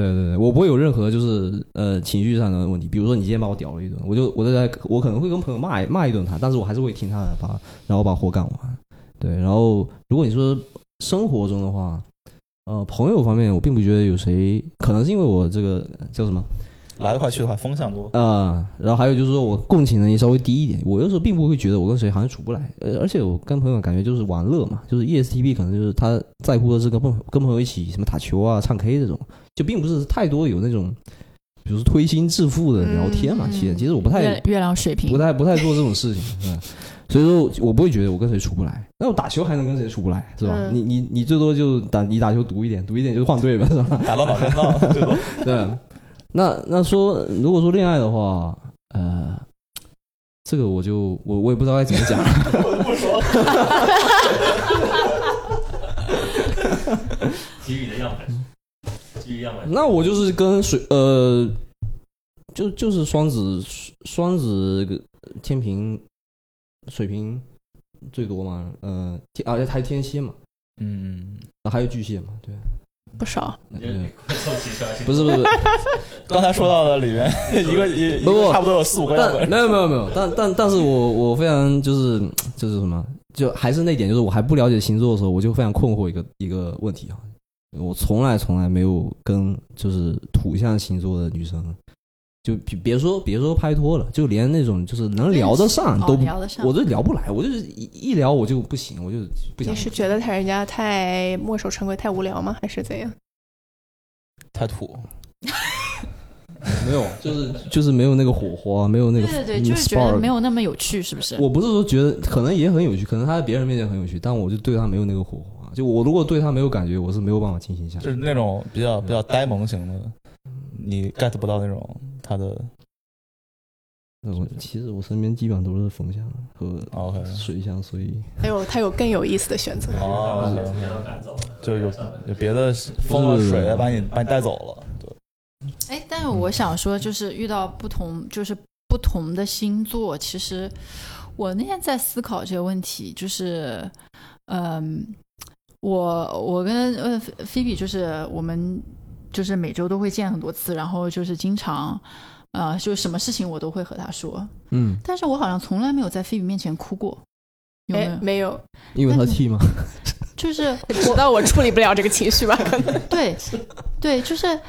对对，我不会有任何就是呃情绪上的问题，比如说你今天把我屌了一顿，我就我就在我可能会跟朋友骂骂一顿他，但是我还是会听他的，把然后把活干完。对，然后如果你说生活中的话，呃，朋友方面我并不觉得有谁，可能是因为我这个叫什么
来得快去得快，风向多。
啊、然后还有就是说我共情能力稍微低一点，我有时候并不会觉得我跟谁好像处不来，呃，而且我跟朋友感觉就是玩乐嘛，就是 E ESTP 可能就是他在乎的是跟朋跟朋友一起什么打球啊、唱 K 这种，就并不是太多有那种，比如说推心置腹的聊天嘛。
嗯
其实其实我不太
月月亮水瓶
不，太不太做这种事情，嗯，所以说我不会觉得我跟谁处不来。那我打球还能跟谁处不来，是吧？
嗯
你你你最多就打你打球毒一点，毒一点就是换队吧，是吧？
打到脑震荡，对吧？
对，那那说如果说恋爱的话，呃，这个我就我我也不知道该怎么讲。
给予你的样本，给予样本。
那我就是跟水呃，就就是双子双子天平水平最多嘛，呃天而且、还有天蝎嘛，
嗯，
啊还有巨蟹嘛，对。
不少，
你就你快凑齐出来，
不是不是不是，
刚才说到的里面 一个一一
不
个差不多有四五个样本。
但没有没有没有，但但但是我我非常就是就是什么，就还是那点，就是我还不了解星座的时候，我就非常困惑一个一个问题啊，我从来从来没有跟就是土象星座的女生，就别别说别说拍拖了，就连那种就是能聊得上
哦
都不，
聊得上，
我都聊不来，我就是一一聊我就不行，我就不想
你。是觉得他人家太墨守成规、太无聊吗？还是怎样？
太土，
没有，就是 就是没有那个火花，没有那
对
个
对对，
那个
就是觉得
spark
没有那么有趣，是不是？
我不是说觉得可能也很有趣，可能他在别人面前很有趣，但我就对他没有那个火花。就我如果对他没有感觉，我是没有办法进行下
就
去。
是那种比较比较呆萌型的，你 get 不到那种他的
那种其实我身边基本上都是风象和
哦 OK。
水象，所以
还有他有更有意思的选择。
哦，
要赶走了。
就有有别的风啊水啊把你把你带走了，
哎，但是我想说，就是遇到不同，就是不同的星座，其实我那天在思考这个问题，就是，嗯，我我跟呃菲比，就是我们就是每周都会见很多次，然后就是经常。呃，就什么事情我都会和他说，
嗯，
但是我好像从来没有在菲比面前哭过，有没有？
哎，没有，
因为他 T 嘛，
就是
知道我处理不了这个情绪吧？可能
对，对，就是，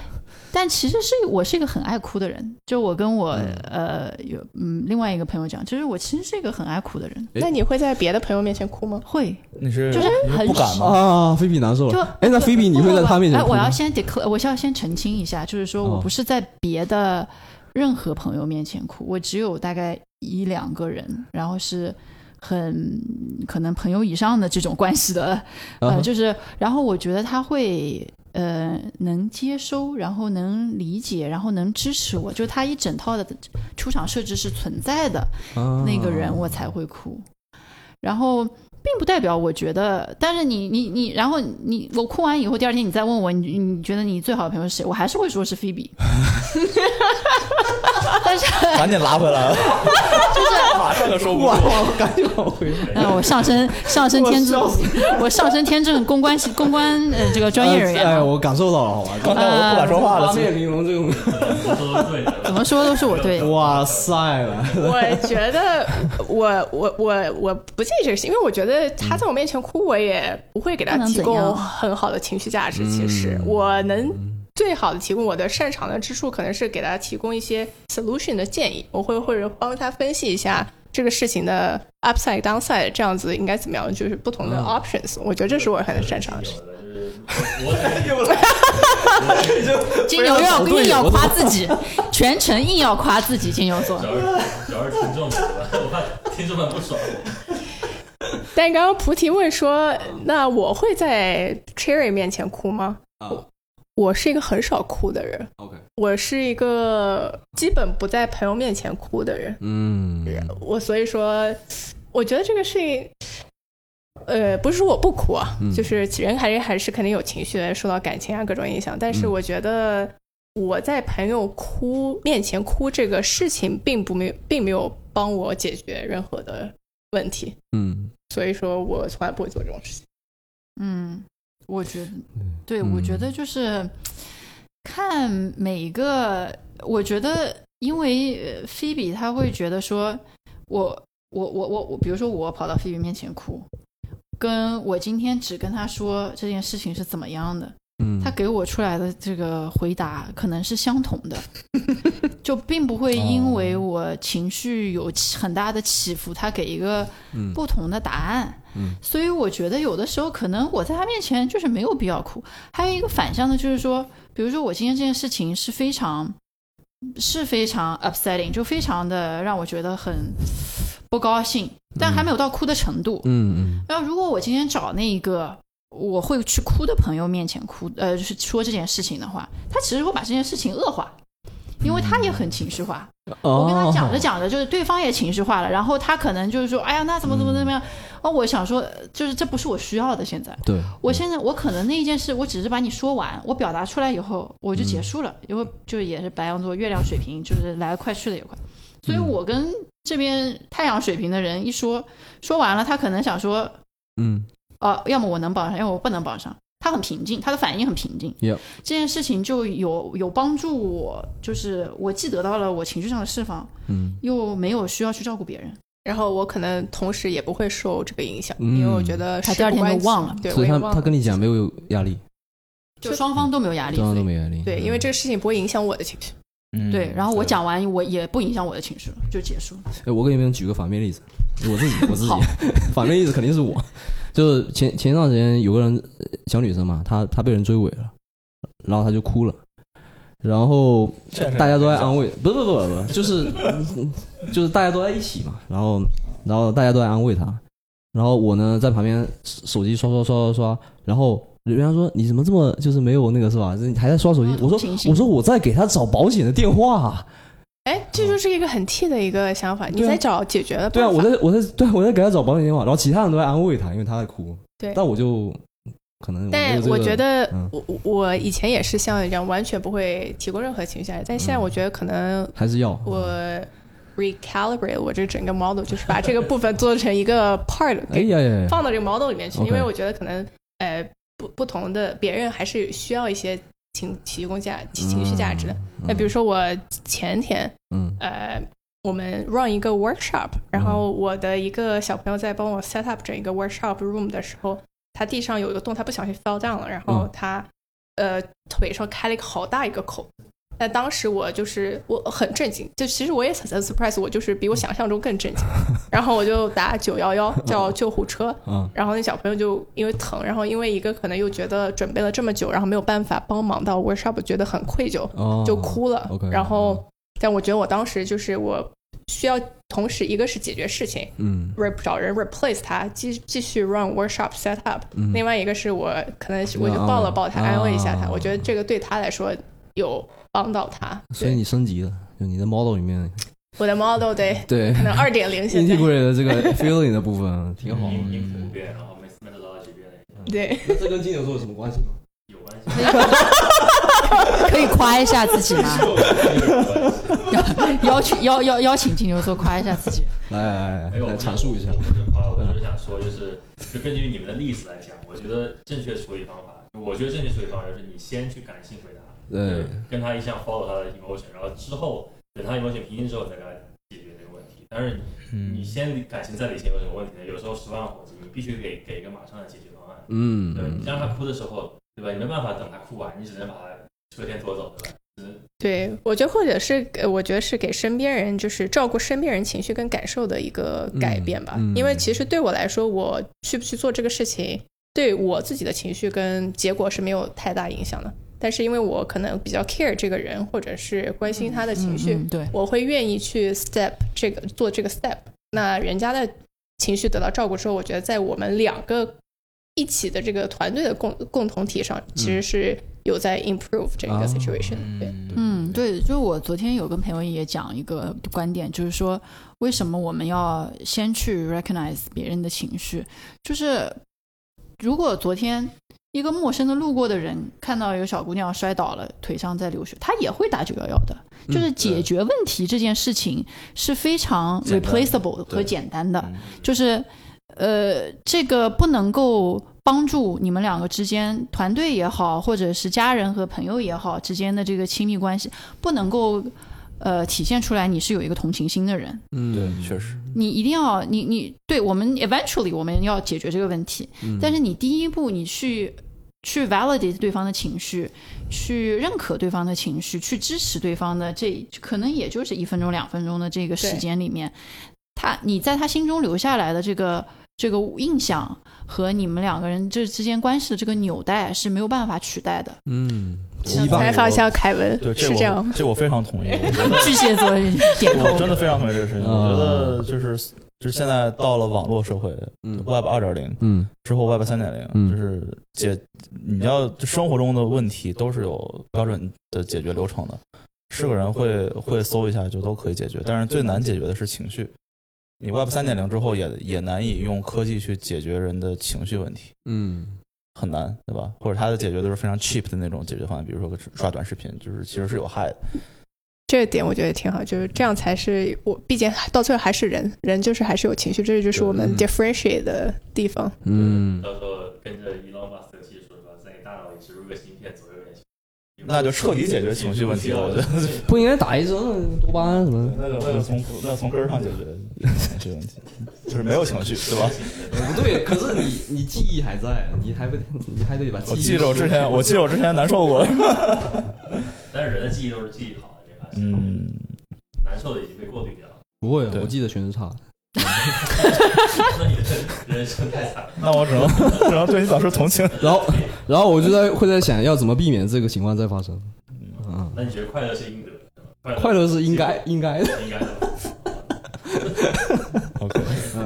但其实是我是一个很爱哭的人。就我跟
嗯
我、呃有嗯另外一个朋友讲，就是我其实是一个很爱哭的人，
那你会在别的朋友面前哭吗？
会
你是
就是
你
很哦
不敢吗？
啊，菲比难受
就
了。哎，那菲比你会在他面前
哎，
哭
我
吗
要先 declare，我是要先澄清一下，就是说我
哦
不是在别的任何朋友面前哭，我只有大概一两个人，然后是。很可能朋友以上的这种关系的，
啊哈
呃，就是，然后我觉得他会呃能接收，然后能理解，然后能支持我，就是他一整套的出场设置是存在的，
啊
那个人我才会哭。然后并不代表我觉得，但是你你你，然后你我哭完以后，第二天你再问我，你你觉得你最好的朋友是谁？我还是会说是菲 比，但是
赶紧拉回来了，
就是
马上就收不住。
赶紧 往回来。
啊，我上升上升天正，我上升天正公关系公关呃这个专业人员，
哎，我感受到了，好吧。
刚才我不敢说话了，
八
其实
面玲珑这种，
说对的，
怎么说都是我 对的。
哇塞了，
我觉得我我我我不介意这个事，因为我觉得他在我面前哭，我也不会给他
不能
提
怎
供
样
很好的情绪价值。其实
嗯
我能最好的提供我的擅长的之处，可能是给他提供一些 solution 的建议，我会或者帮他分析一下。这个事情的 upside downside 这样子应该怎么样？就是不同的
嗯
options，、我觉得这是我很擅长的事情。
金牛要硬要夸自己，全程硬要夸自己，金牛座
主。要是主要是听众们，我怕听众们不爽。
但刚刚菩提问说，那我会在 Cherry 面前哭吗？
啊
我我是一个很少哭的人。
OK
我是一个基本不在朋友面前哭的人。
嗯，
我所以说，我觉得这个事情，呃，不是说我不哭啊，
嗯
就是人还是还是肯定有情绪的，受到感情啊各种影响。但是
嗯
我觉得我在朋友哭面前哭这个事情，并不没有，并没有帮我解决任何的问题。
嗯，
所以说我从来不会做这种事情。
嗯，我觉得，对，
嗯
我觉得就是看每一个，我觉得因为菲比她会觉得说，我我我我我，比如说我跑到菲比面前哭，跟我今天只跟她说这件事情是怎么样的，
嗯
他给我出来的这个回答可能是相同的，就并不会因为我情绪有起很大的起伏，他给一个
嗯
不同的答案。
嗯
所以我觉得有的时候可能我在他面前就是没有必要哭。还有一个反向的就是说，比如说我今天这件事情是非常是非常 upsetting，就非常的让我觉得很不高兴，但还没有到哭的程度。
嗯
那如果我今天找那一个我会去哭的朋友面前哭，呃，就是说这件事情的话，他其实会把这件事情恶化。因为他也很情绪化，
嗯，
我跟他讲着
哦
讲着，就是对方也情绪化了，然后他可能就是说，哎呀，那怎么怎么怎么样？哦，我想说，就是这不是我需要的。现在，
哦对，
我现在我可能那一件事，我只是把你说完，我表达出来以后，我就结束了，因为就是也是白羊座月亮水平，就是来得快去得也快，所以我跟这边太阳水平的人一说，说完了，他可能想说，
嗯
呃，要么我能绑上，要么我不能绑上。他很平静，他的反应很平静。
Yep
这件事情就有有帮助我，就是我既得到了我情绪上的释放，
嗯
又没有需要去照顾别人。
然后我可能同时也不会受这个影响，
嗯
因为我觉得
他第二天就
事不关己
忘了
对，
所
我
以
也
他
忘
他
了。
跟你讲没有压力，
就双方都没有压力，
对方
所
都
以
没有压力，嗯
对，因为这个事情不会影响我的情绪。
嗯
呃对。然后我讲完，我也不影响我的情绪了，就结束了。
哎，我给你们举个反面例子，我自己，我自己
好，
反面例子肯定是我。就是前前一段时间有个人呃小女生嘛，她她被人追尾了，然后她就哭了，然后
嗯
大家都在安慰，不是不是不是不是，就是 嗯就是大家都在一起嘛，然后然后大家都在安慰她，然后我呢在旁边手机刷刷刷刷刷，然后人家说你怎么这么就是没有那个是吧？你还在刷手机
哦
啊？
我说
同情心
我说我在给她找保险的电话啊、
哎，这就是一个很 T 的一个想法，你
对啊
在找解决的
对
办
啊，
法。
我 在我在对啊我在给他找保险电话，然后其他人都在安慰他，因为他在哭。
对
但我就可能没有
但
这个，
我觉得
嗯
我我我以前也是像你这样，完全不会提供任何情绪价值。但
嗯
现在我觉得可能
还是要嗯
我 recalibrate 我这整个 model，就是把这个部分做成一个 part
哎
给
呀呀呀，
放到这个 model 里面去，
OK
因为我觉得可能呃不不同的别人还是需要一些情提供价情绪价值的。那哎比如说我前天
嗯
呃，我们 run 一个 workshop，然后我的一个小朋友在帮我 set up 整一个 workshop room 的时候，他地上有一个洞，他不小心 fell down 了，然后
嗯
他、呃腿上开了一个好大一个口。但当时我就是我很震惊，就其实我也很 surprise，我就是比我想象中更震惊。然后我就打九幺幺叫救护车，
嗯
然后那小朋友就因为疼，然后因为一个可能又觉得准备了这么久，然后没有办法帮忙到 workshop，觉得很愧疚，
哦
就哭了。
OK，嗯
然后，但我觉得我当时就是我需要同时一个是解决事情
嗯
，re 找人 replace 他，继继续 run workshop set up；、
嗯
另外一个是我可能是我就
要安慰
抱了抱他，
啊
安慰一下他。我觉得这个对他来说有帮到他。
所以你升级了，就你的 model 里面
我的 model 得
对
可能二点零现在
integrate 的这个 feeling 的部分挺好。
音音符变，然后 m e t o d o l o g 变了，
对，
那这跟金牛座有什么关系吗？
有关系。
可以夸一下自己 吗？
有关系
邀邀请邀邀邀请金牛座夸一下自己。
来来来
没有
来，阐述一下
我。不是夸，我就是想说，就是就根据你们的例子来讲，我觉得正确处理方法，我觉得正确处理方法就是你先去感性回答，
对，
跟他一项 follow 他的 emotion，然后之后等他 emotion 平静之后再给他解决这个问题。但是
嗯
你先理感性再理性有什么问题呢？有时候十万火急，你必须给给一个马上的解决方案。
嗯
对，你让他哭的时候，对吧？你没办法等他哭完，你只能把他车先拖走，对吧？只能
对我觉得或者是呃我觉得是给身边人，就是照顾身边人情绪跟感受的一个改变吧。
嗯嗯
因为其实对我来说，我去不去做这个事情，对我自己的情绪跟结果是没有太大影响的。但是因为我可能比较 care 这个人，或者是关心他的情绪，
嗯嗯对，
我会愿意去 step 这个做这个 step。那人家的情绪得到照顾之后，我觉得在我们两个一起的这个团队的共共同体上，其实是有在 improve 这
啊
个 situation 的、对。
嗯，对，就是我昨天有跟朋友也讲一个观点，就是说为什么我们要先去 recognize 别人的情绪？就是如果昨天一个陌生的路过的人看到有小姑娘摔倒了，腿上在流血，他也会打九幺幺的。
嗯
就是解决问题这件事情是非常
简单的
replaceable 和
对嗯
简单的，就是呃，这个不能够帮助你们两个之间，团队也好，或者是家人和朋友也好之间的这个亲密关系，不能够呃体现出来你是有一个同情心的人。
嗯
对，确实，
你一定要你你对我们 eventually 我们要解决这个问题，
嗯
但是你第一步你去去 validate 对方的情绪，去认可对方的情绪，去支持对方的这可能也就是一分钟两分钟的这个时间里面，他你在他心中留下来的这个。这个印象和你们两个人这之间关系的这个纽带是没有办法取代的。
嗯，
想
一棒
采
采访
访
一
一
下
下
凯文，
对，
是
我
这样吗？
这我非常同 意。我觉得
巨蟹座点头，
我真的非常同意这个事情。
嗯
我觉得就是就是现在到了网络社会
嗯
，Web 二点零
嗯
之后，Web 三点零，
嗯
就是解你要就生活中的问题都是有标准的解决流程的，是个人会会搜一下就都可以解决。但是最难解决的是情绪。你 Web 三点零之后也也难以用科技去解决人的情绪问题，
嗯
很难，对吧？或者它的解决都是非常 cheap 的那种解决方案，比如说个刷短视频，就是其实是有害的。
这点我觉得挺好，就是这样才是我，毕竟到最后还是人，人就是还是有情绪，这就是我们
嗯
differentiate 的地方。
嗯，
到时候跟着 Elon Musk 的技术是吧，在你大脑里植入个芯片左右也行。
那就彻底解决情绪问题了我觉
得
不应该打一针啊多巴胺什么的？
那个那个从那从根儿上解决情绪问题，就是没有情绪，对吧？
呃不对，可是你你记忆还在，你还不你还得把记
我记着我之前，我记着我之前难受过。
但是人的记忆都是记忆好的，没法
嗯，
难受的已经被过滤掉 了。
不会啊，
对
我记得全是差的。
那你的人生太惨了，
那我只能只能对你表示同情。
然后 然后我就在会在想要怎么避免这个情况再发生。嗯，
那你觉得快乐是应得的吗？
快乐是应该应该的，
应该的吧。
OK，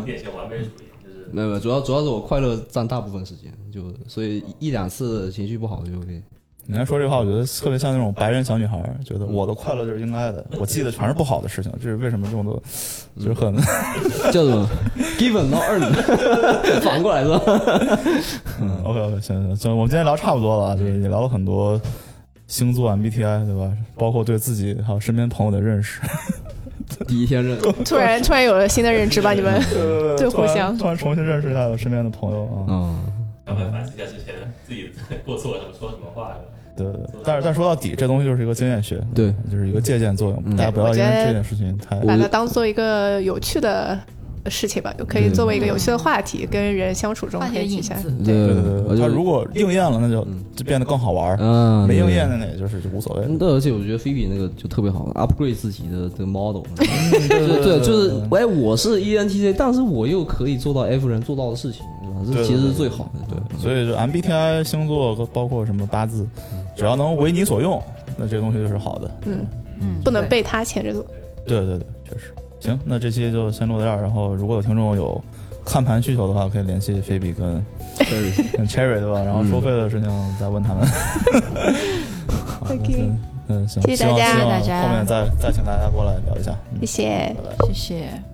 典型完美主义就是
没有没有，主要主要是我快乐占大部分时间，就所以一一两次情绪不好就 OK。
你来说这话，我觉得特别像那种白人小女孩，觉得我的快乐就是应该的，我记得全是不好的事情，这是为什么这么多，就是很
叫什么？Given not earned，反 过来是吧？
OK OK，行行行，我们今天聊差不多了啊，就是也聊了很多星座 MBTI 对吧？包括对自己还有身边朋友的认识，
第一天认，
突然突然有了新的认知吧，你们
嗯
对
突然
互相
突然重新认识一下我身边的朋友啊。
嗯，
要不要反思一下之前自己过错什么，说什么话是吧？
对，对对但是但说到底，这东西就是一个经验学，
对，
就是一个借鉴作用。大家不要因为这件事情太
把它当做一个有趣的事情吧，就可以
嗯
作为一个有趣的话题，跟人相处中
化
可
解
以
影
去想。
子。
对
对
对对
我
对，
就
它如果应验了，那就就变得更好玩儿；
嗯
没应验
的。
的那也就是就无所谓。
嗯对，而且我觉得菲比那个就特别好，upgrade 自己的这个 model，
对
对对，就是
对
哎，我是 ENTJ，但是我又可以做到 F 人做到的事情，对吧这
对
其实是
对
最好的。对，
所以就 MBTI 星座包括什么八字，只要能为你所用，那这个东西就是好的。
嗯，
嗯，
不能
对
被他牵着走。
对对对，确实。行，那这期就先录到这儿。然后，如果有听众有看盘需求的话，可以联系菲比跟
嗯
跟 Cherry 对吧？然后收费的事情再问他们。好
Thank you
那嗯，行，
谢谢大家
希望希望
谢谢大家
后面再再请大家过来聊一下。嗯
谢谢。
谢谢。